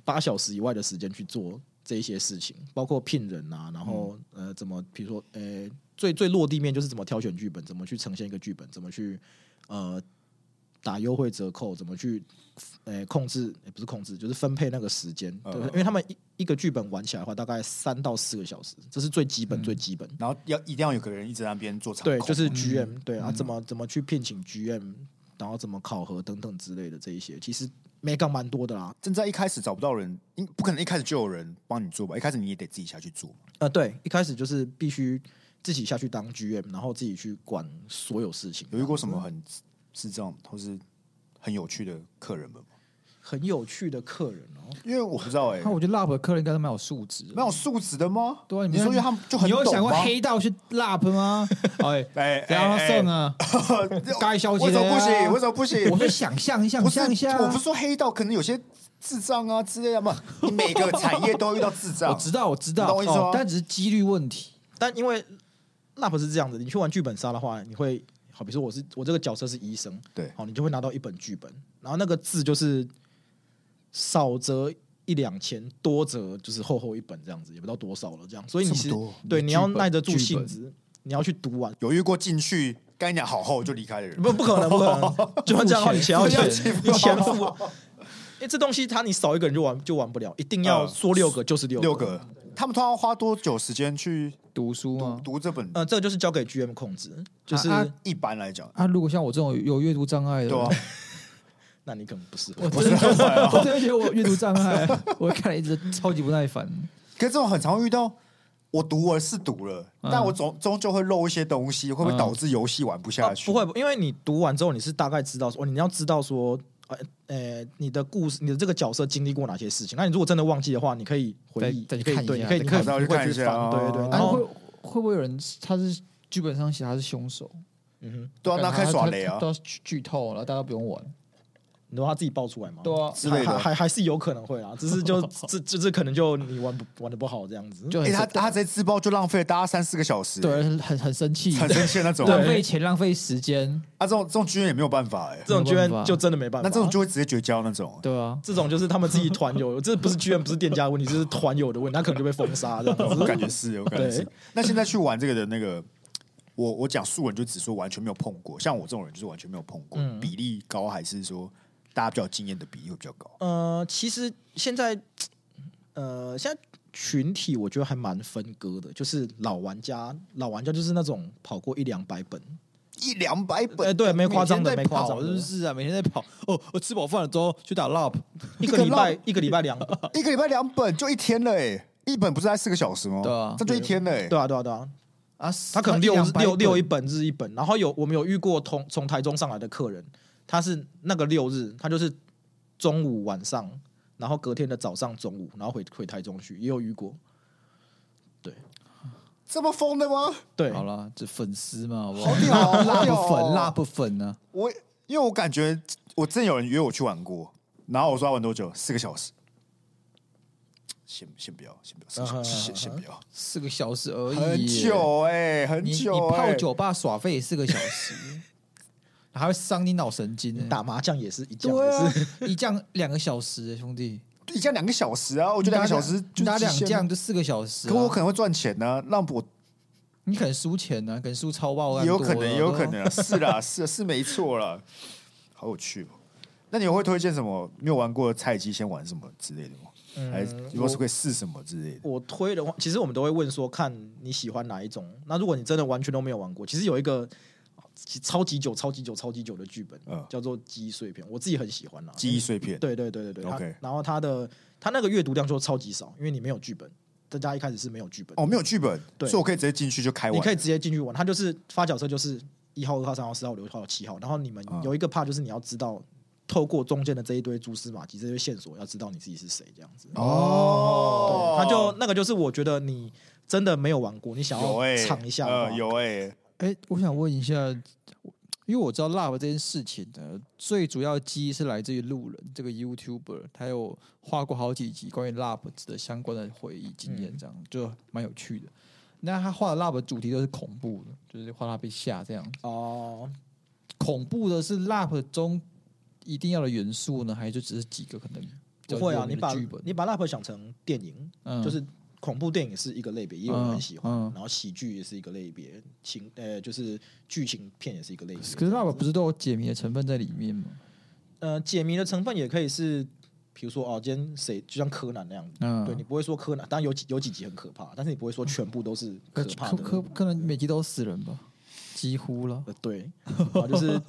Speaker 3: 八小时以外的时间去做这一些事情，包括聘人啊，然后、呃，怎么比如说呃，最最落地面就是怎么挑选剧本，怎么去呈现一个剧本，怎么去呃打优惠折扣，怎么去呃控制、呃不是控制，就是分配那个时间，对不对，因为他们一一个剧本玩起来的话，大概三到四个小时，这是最基本、最基本。
Speaker 2: 然后要一定要有个人一直在那边做场
Speaker 3: 对，
Speaker 2: 控嗯
Speaker 3: 就是。GM，、对啊，怎么怎么去聘请 GM，然后怎么考核等等之类的这一些，其实 mega 蛮多的啦。
Speaker 2: 正在一开始找不到人，应不可能一开始就有人帮你做吧？一开始你也得自己下去做嘛。
Speaker 3: 呃，对，一开始就是必须自己下去当 GM，然后自己去管所有事情。
Speaker 2: 有遇过什么很是这样，或是很有趣的客人们吗？
Speaker 3: 很有趣的客人哦？
Speaker 2: 因为我不知道哎、
Speaker 1: 那我觉得 lab 的客人应该都蛮有素质的，
Speaker 2: 没有素质的吗？
Speaker 1: 对啊，
Speaker 2: 你
Speaker 1: 没有
Speaker 2: 说因为他们就很
Speaker 1: 你有
Speaker 2: 懂
Speaker 1: 想过
Speaker 2: 吗 *laughs*
Speaker 1: 黑道去 lab 吗？哎
Speaker 2: 哎哎
Speaker 1: 然后
Speaker 2: 哎
Speaker 1: 送啊，该消息
Speaker 2: 为什么不行？为
Speaker 1: 么
Speaker 2: 什么不行？
Speaker 1: 啊我是想象一下，
Speaker 2: 不
Speaker 1: 想象一
Speaker 2: 是
Speaker 1: 下，
Speaker 2: 我不是说黑道，可能有些智障啊之类的嘛。你每个产业都遇到智
Speaker 1: 哦我
Speaker 2: 障，
Speaker 1: 知道，我知
Speaker 2: 你
Speaker 1: 道，
Speaker 2: 懂我意思吗
Speaker 1: 哦但只是几率问题。
Speaker 3: 但因为 lab 是这样子，你去玩剧本杀的话，你会好，比如说我是我这个角色是医生，
Speaker 2: 对
Speaker 3: 好，你就会拿到一本剧本，然后那个字就是少则一两千，多则就是厚厚一本这样子，也不知道多少了这样，所以你
Speaker 2: 这么
Speaker 3: 是
Speaker 2: 多
Speaker 3: 对你要耐得住
Speaker 1: 剧本
Speaker 3: 性子，你要去读完。
Speaker 2: 有遇过进去跟你讲好后就离开的人，
Speaker 3: 不，不可能，不可能！就算这样的话，你钱要
Speaker 1: 付钱
Speaker 3: 钱，你钱付，因为这东西它你少一个人就玩就玩不了，一定要
Speaker 2: 嗯
Speaker 3: 说六个就是六
Speaker 2: 六个，他们通常花多久时间去
Speaker 1: 读书
Speaker 2: 读
Speaker 1: 吗？
Speaker 2: 读这本？
Speaker 3: 呃，这个就是交给 GM 控制，就是
Speaker 1: 啊
Speaker 2: 一般来讲，
Speaker 1: 啊，如果像我这种有阅读障碍的，
Speaker 2: 对啊，
Speaker 3: 那你可能不适合
Speaker 1: 我。 *laughs* 真的觉得， *laughs* 我真的觉得我有阅读障碍， *laughs* 我看了一直超级不耐烦。
Speaker 2: 可是这种很常遇到。我读我是读了，
Speaker 1: 嗯
Speaker 2: 但我终终究会漏一些东西，会不会导致游戏玩不下
Speaker 3: 啊
Speaker 2: 去？
Speaker 3: 不会，因为你读完之后，你是大概知道说，哦你要知道说，呃呃，你的故事，你的这个角色经历过哪些事情。那你如果真的忘记的话，你可以回忆，
Speaker 1: 再再去
Speaker 3: 你可以
Speaker 1: 看一下
Speaker 3: 对，你可以
Speaker 1: 再
Speaker 3: 你可
Speaker 1: 看一
Speaker 2: 下再看
Speaker 3: 以你会
Speaker 2: 一
Speaker 3: 去
Speaker 2: 下
Speaker 3: 翻，对对
Speaker 2: 哦
Speaker 3: 对。然
Speaker 1: 然后
Speaker 3: 后
Speaker 1: 会哎会不会有人他是剧本上写他是凶手？
Speaker 3: 嗯哼，
Speaker 2: 对啊，那开始耍雷
Speaker 1: 他
Speaker 2: 啊
Speaker 1: 他，都要剧剧透了，大家不用玩。
Speaker 3: 你说他自己爆出来吗？
Speaker 1: 对啊，
Speaker 2: 之类的
Speaker 3: 还还还哦是有可能会啦，啊只
Speaker 1: *laughs*
Speaker 3: 是就这这这可能就你玩不玩的不好这样子。
Speaker 1: 就
Speaker 2: 哎、
Speaker 1: 很
Speaker 2: 他
Speaker 1: 生
Speaker 2: 他直接自爆就浪费了大家三四个小时，，
Speaker 1: 对很很很生气， *laughs*
Speaker 2: 很生气的那种。
Speaker 1: 浪费钱，浪费时间，
Speaker 2: 啊，这种这种军人也没有办法哎、
Speaker 3: 这种
Speaker 1: 没
Speaker 3: 居
Speaker 1: 办
Speaker 3: 然
Speaker 1: 法
Speaker 3: 就真的没办
Speaker 2: 那
Speaker 3: 法。
Speaker 2: 这种就会直接绝交那种。
Speaker 1: 对啊。
Speaker 3: 这种就是他们自己团友，这不是居然不是店家的问题，这是团友的问题，他可能就被封杀这样
Speaker 2: 哦我
Speaker 3: 子。
Speaker 2: 感觉是，我感觉是
Speaker 3: *laughs* 对。
Speaker 2: 那现在去玩这个的那个，我我讲素人就只说完全没有碰过，像我这种人就是完全没有碰过，
Speaker 3: 嗯
Speaker 2: 比例高还是说大家比较有经验的比例会比较高？
Speaker 3: 呃，其实现在，呃，现在群体我觉得还蛮分割的，就是老玩家，老玩家就是那种跑过一两百本，
Speaker 2: 一两百
Speaker 3: 哎、
Speaker 2: 本，
Speaker 3: 对，没夸张的，没
Speaker 1: 每天在
Speaker 3: 夸
Speaker 1: 跑
Speaker 3: 张的，
Speaker 1: 是不是啊？每天在跑哦，我吃饱饭了之后去打 lop，
Speaker 3: *laughs* 一个礼拜一个礼拜两本，
Speaker 2: 一个礼拜两本就一天了哎、一本不是才四个小时吗？
Speaker 1: 对啊
Speaker 2: 这就一天了哎、
Speaker 3: 对啊，对啊，
Speaker 1: *laughs*
Speaker 3: 对啊，
Speaker 1: 啊，
Speaker 3: 他可能六
Speaker 1: 100
Speaker 3: 六六一
Speaker 1: 本
Speaker 3: 本日一本，然后有我们有遇过同从台中上来的客人，他是那个六日，他就是中午晚上，然后隔天的早上中午，然后回回台中去，也有遇过。对
Speaker 2: 这么疯的吗？
Speaker 3: 对，
Speaker 1: 好了，这粉丝嘛，好不好
Speaker 2: 好？屌哦，好屌
Speaker 1: 辣
Speaker 2: 哦
Speaker 1: 不粉，辣不粉啊呢？
Speaker 2: 我因为我感觉我真有人约我去玩过，然后我说要玩多久？四个小时。先先不要，先不要，
Speaker 3: 啊
Speaker 2: 四个小时先先不要，
Speaker 1: 四个小时而已，
Speaker 2: 很久哎、很
Speaker 1: 你
Speaker 2: 久、
Speaker 1: 你
Speaker 2: 欸，
Speaker 1: 泡酒吧耍废四个小时，
Speaker 2: *laughs*
Speaker 1: 还会伤你脑神经呢。
Speaker 3: 打麻将也是一讲
Speaker 1: 对
Speaker 3: 也
Speaker 1: 啊
Speaker 3: 是，，
Speaker 1: *laughs* 一降两个小时，欸兄弟，
Speaker 2: 一降两个小时啊，我觉得两个小时就
Speaker 1: 你打两
Speaker 2: 极限
Speaker 1: 降，就四个小时啊。
Speaker 2: 可我可能会赚钱呢、让我
Speaker 1: 你可能输钱呢，可能输超爆，
Speaker 2: 也有可能，
Speaker 1: 对啊
Speaker 2: 也有可。能、啊，是啦， *laughs* 是是没错啦，好有趣哦。那你会推荐什么没有玩过的菜鸡先玩什么之类的吗？
Speaker 3: 嗯
Speaker 2: 还是有没有是会试什么之类的？
Speaker 3: *laughs* 我推的话，其实我们都会问说看你喜欢哪一种。那如果你真的完全都没有玩过，其实有一个其超级久、超级久、超级久的剧本，
Speaker 2: 嗯
Speaker 3: 叫做《记忆碎片》，我自己很喜欢啦。
Speaker 2: 记忆碎片，
Speaker 3: 对对对对对。它
Speaker 2: OK
Speaker 3: 然后它的它那个阅读量就超级少，因为你没有剧本，大家一开始是没有剧本，
Speaker 2: 哦，没有剧本，
Speaker 3: 对
Speaker 2: 所以我可以直接进去就开玩。
Speaker 3: 你可以直接进去玩。它就是发角色就是一号、二号、三号、四号、六号、七号，然后你们
Speaker 2: 嗯
Speaker 3: 有一个怕就是你要知道。透过中间的这一堆蛛丝马迹、这些线索，要知道你自己是谁，这样子。
Speaker 2: 哦
Speaker 3: 对，他就那个就是我觉得你真的没有玩过，你想
Speaker 2: 有哎、
Speaker 3: 要
Speaker 2: 欸，
Speaker 3: 尝一下的话
Speaker 2: 呃，有哎、
Speaker 1: 哎、我想问一下，因为我知道 Love 这件事情呢，最主要记忆是来自于路人这个 YouTuber，他有画过好几集关于 Love 的相关的回忆经
Speaker 2: 嗯
Speaker 1: 验，这样、就蛮有趣的。那他画的 Love 主题都是恐怖的，就是画他被吓这样子。
Speaker 3: 哦，
Speaker 1: 恐怖的是 Love 中一定要的元素呢，还就只是几个可能比较
Speaker 3: 不会
Speaker 1: 有
Speaker 3: 啊，你
Speaker 1: 名的
Speaker 3: 把
Speaker 1: 剧本
Speaker 3: 你把 rap 想成电影，
Speaker 1: 嗯
Speaker 3: 就是恐怖电影是一个类别，因为我很喜
Speaker 1: 嗯
Speaker 3: 欢，
Speaker 1: 嗯
Speaker 3: 然后喜剧也是一个类别，情呃就是剧情片也是一个类别。
Speaker 1: 可是 Love 不是都有解谜的成分在里面吗？
Speaker 3: 呃，解谜的成分也可以是，比如说哦，今天谁就像柯南那样，
Speaker 1: 嗯
Speaker 3: 对你不会说柯南，当然有几有几集很可怕，但是你不会说全部都是可
Speaker 1: 可
Speaker 3: 怕
Speaker 1: 可
Speaker 3: 的。
Speaker 1: 可可能每集都死人吧，几乎了。
Speaker 3: 呃，对，啊，就是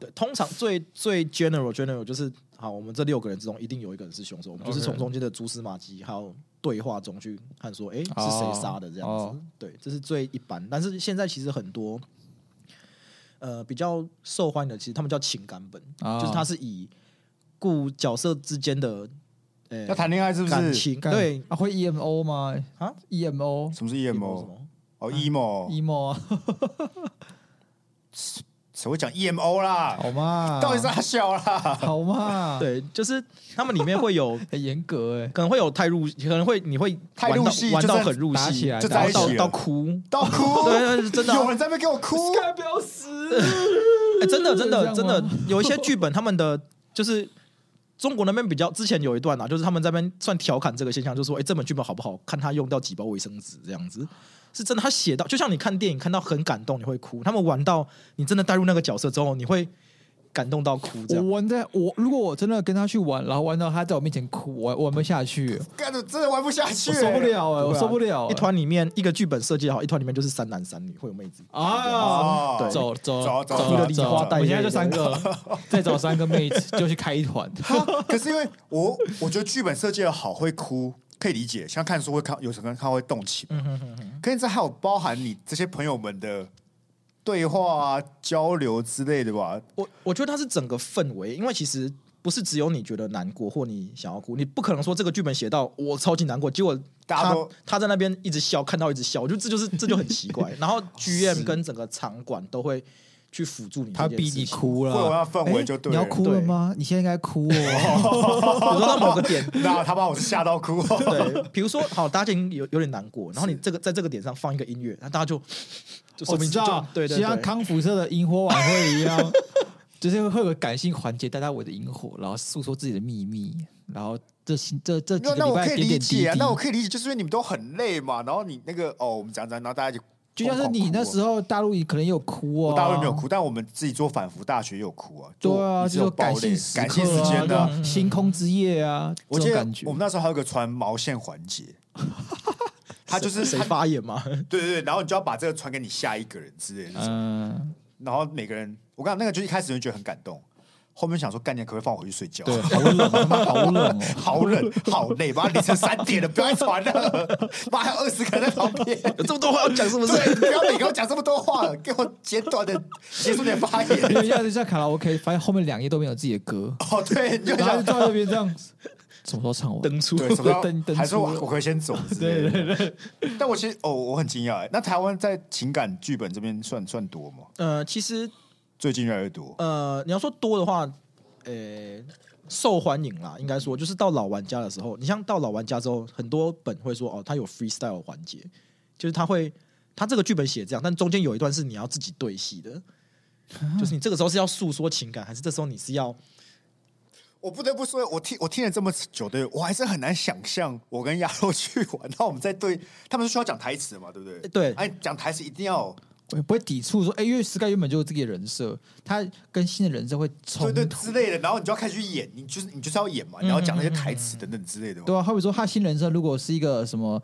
Speaker 3: 对，通常最最 general general 就是，好，我们这六个人之中一定有一个人是凶手，我们就是
Speaker 1: OK
Speaker 3: 从中间的蛛丝马迹还有对话中去看说，哎、是谁杀的这样子
Speaker 1: 哦
Speaker 3: 对，这是最一般。但是现在其实很多，呃，比较受欢迎的，其实他们叫情感本，
Speaker 1: 啊
Speaker 3: 就是它是以故角色之间的，呃、
Speaker 2: 要谈恋爱是不
Speaker 3: 感
Speaker 2: 是？
Speaker 3: 情，
Speaker 1: 干
Speaker 3: 对
Speaker 1: 啊，会 EMO 吗？E
Speaker 3: 啊
Speaker 1: ，EMO
Speaker 2: 什么是
Speaker 3: 什
Speaker 2: emo？
Speaker 3: 么嗯
Speaker 2: 哦，emo，
Speaker 1: emo 啊，
Speaker 2: 谁会讲 emo 啦？
Speaker 3: 哦
Speaker 1: 好嘛，
Speaker 2: 到底是他笑啦？
Speaker 1: 好嘛？，
Speaker 3: 对，就是他们里面会有
Speaker 1: 很严格哎，
Speaker 3: 可能会有太入，可能会你会
Speaker 2: 太入戏
Speaker 3: 玩
Speaker 2: 就
Speaker 3: 到玩
Speaker 2: 在
Speaker 3: 到很入
Speaker 1: 打起
Speaker 3: 戏，
Speaker 1: 来
Speaker 2: 就在
Speaker 3: 然后
Speaker 2: 一
Speaker 3: 到
Speaker 2: 起了
Speaker 3: 到哭，
Speaker 2: 到哭，
Speaker 3: 对对，真的啊、
Speaker 2: 有人在那边给我哭，
Speaker 1: 干不要死！
Speaker 3: 哎真的
Speaker 1: 这
Speaker 3: 真的
Speaker 1: 样
Speaker 3: 真的
Speaker 1: 吗
Speaker 3: 有一些剧本，他们的就是中国那边比较之前有一段啊，就是他们在那边算调侃这个现象，就说哎、这本剧本好不好，看他用到几包卫生纸这样子。是真的，他写到就像你看电影看到很感动，你会哭。他们玩到你真的带入那个角色之后，你会感动到哭。这
Speaker 1: *laughs* 我
Speaker 3: 样，
Speaker 1: 玩在我如果我真的跟他去玩，然后玩到他在我面前哭，我玩不下去，
Speaker 2: 干的真的玩不下去、
Speaker 1: 我受不了哎，
Speaker 3: 对啊
Speaker 1: 我受不了哎。
Speaker 3: 一团里面一个剧本设计好，一团里面就是三男三女，会有妹子。
Speaker 1: 啊
Speaker 2: 哦，
Speaker 3: 对
Speaker 1: 走走
Speaker 2: 走走
Speaker 1: 走
Speaker 2: 一个
Speaker 3: 梨
Speaker 1: 走
Speaker 3: 花带
Speaker 1: 我
Speaker 3: 泪
Speaker 1: 现在就三个， *laughs* 再找三个妹子就去开一团。
Speaker 2: 哈可是因为我我觉得剧本设计的好会哭，可以理解，像看书会看，有时候看会动情。
Speaker 1: 嗯
Speaker 2: 可是这还有包含你这些朋友们的对话啊、交流之类的吧？
Speaker 3: 我我觉得它是整个氛围，因为其实不是只有你觉得难过或你想要哭，你不可能说这个剧本写到我超级难过，结果
Speaker 2: 大家
Speaker 3: 他
Speaker 2: 都
Speaker 3: 他在那边一直笑，看到一直笑，我觉得这就是这就很奇
Speaker 1: *laughs*
Speaker 3: 怪。然后剧院跟整个场馆都会去辅助你，
Speaker 1: 他逼你，哭了，
Speaker 2: 会有那氛围就对
Speaker 1: 哎
Speaker 2: 了。
Speaker 1: 你要哭了吗？你现在应该哭哦。 *laughs*
Speaker 3: 比如说到某个点
Speaker 2: 那他把我吓到哭。
Speaker 3: 对，比如说，好，大家已经有有点难过，然后你这个在这个点上放一个音乐，那大家就就说
Speaker 1: 我
Speaker 3: 明
Speaker 1: 哦知
Speaker 3: 就
Speaker 1: 道，
Speaker 3: 对对
Speaker 1: 就像
Speaker 3: 对，
Speaker 1: 康复社的萤火晚会一样， *laughs* 就是会有个感性环节，大家围着萤火，然后诉说自己的秘密，然后这些这 *laughs* 这几
Speaker 2: 那
Speaker 1: 个
Speaker 2: 那
Speaker 1: 礼
Speaker 2: 我
Speaker 1: 拜
Speaker 2: 可以
Speaker 1: 点
Speaker 2: 理
Speaker 1: 点滴
Speaker 2: 解
Speaker 1: 滴
Speaker 2: 啊，，那我可以理解，就是因为你们都很累嘛，然后你那个哦，我们讲讲，然后大家就
Speaker 1: 就像是你那时
Speaker 2: 候，
Speaker 1: 候大陆可能也有哭哦，
Speaker 2: 啊我大陆没有，哭，但我们自己做反复大学也有哭啊，
Speaker 1: 对啊，就
Speaker 2: 你只
Speaker 1: 是
Speaker 2: 有
Speaker 1: 说感
Speaker 2: 爆泪
Speaker 1: 性时
Speaker 2: 感
Speaker 1: 刻
Speaker 2: 性时
Speaker 1: 啊，
Speaker 2: 间
Speaker 1: 对
Speaker 2: 的啊
Speaker 1: 啊，星空之夜啊，
Speaker 2: 我
Speaker 1: 这
Speaker 2: 记
Speaker 1: 种
Speaker 2: 得
Speaker 1: 感觉
Speaker 2: 我们那时候还有个传毛线环
Speaker 1: *laughs*
Speaker 2: 节，他就是
Speaker 3: 谁
Speaker 2: 他
Speaker 3: 发言嘛？ *laughs*
Speaker 2: 对对对，然后你就要把这个传给你下一个人之类的，
Speaker 1: 嗯，
Speaker 2: 然后每个人，我刚那个就一开始就觉得很感动，后面想说概念可不可以放我回去睡觉？ *laughs*
Speaker 1: 对， *laughs* 好冷，他妈好冷哦。
Speaker 2: 好冷，好累，妈凌晨三点了，不要再传了，妈还有二十个人在旁边，
Speaker 3: 有这么多话要讲是不是？
Speaker 2: 对，
Speaker 3: *laughs*
Speaker 2: 不要每个人讲这么多话了，给我简短的结束你的发
Speaker 1: 因 *laughs*
Speaker 2: 言。
Speaker 1: 为像像卡拉 OK，发现后面两页都没有自己的歌，
Speaker 2: 哦，对，你就
Speaker 1: 然后就
Speaker 2: 想
Speaker 1: 坐在那边这样， *laughs* 什么时候唱完？
Speaker 3: 登出
Speaker 2: 对，什么
Speaker 1: 登
Speaker 2: 要
Speaker 1: 登
Speaker 2: 还说
Speaker 1: 出
Speaker 2: 我
Speaker 1: 了
Speaker 2: 我可以先走之类的。对对对。但我其实哦，我很惊讶欸，那台湾在情感剧本这边算算多吗？
Speaker 3: *laughs* 呃，其实
Speaker 2: 最近越来越多。
Speaker 3: 呃，你要说多的话，呃、受欢迎啦，应该说就是到老玩家的时候，你像到老玩家之后，很多本会说哦，它有 freestyle 环节，就是他会他这个剧本写这样，但中间有一段是你要自己对戏的，就是你这个时候是要诉说情感，还是这时候你是要
Speaker 2: 我不得不说，我听我听了这么久的，我还是很难想象我跟亚肉去玩， *laughs* 然后我们在对他们是需要讲台词的嘛，对不对？
Speaker 3: 对
Speaker 2: 哎，讲台词一定要
Speaker 1: 我也不会抵触说，哎、因为 Sky 原本就有自己的人设，他跟新的人设会冲
Speaker 2: 对
Speaker 1: 突，
Speaker 2: 对之类的，然后你就要开始去演，你就是你就是要演嘛，你要讲那些台词等等之类的嘛。
Speaker 1: 对啊，好比说他新人设如果是一个什么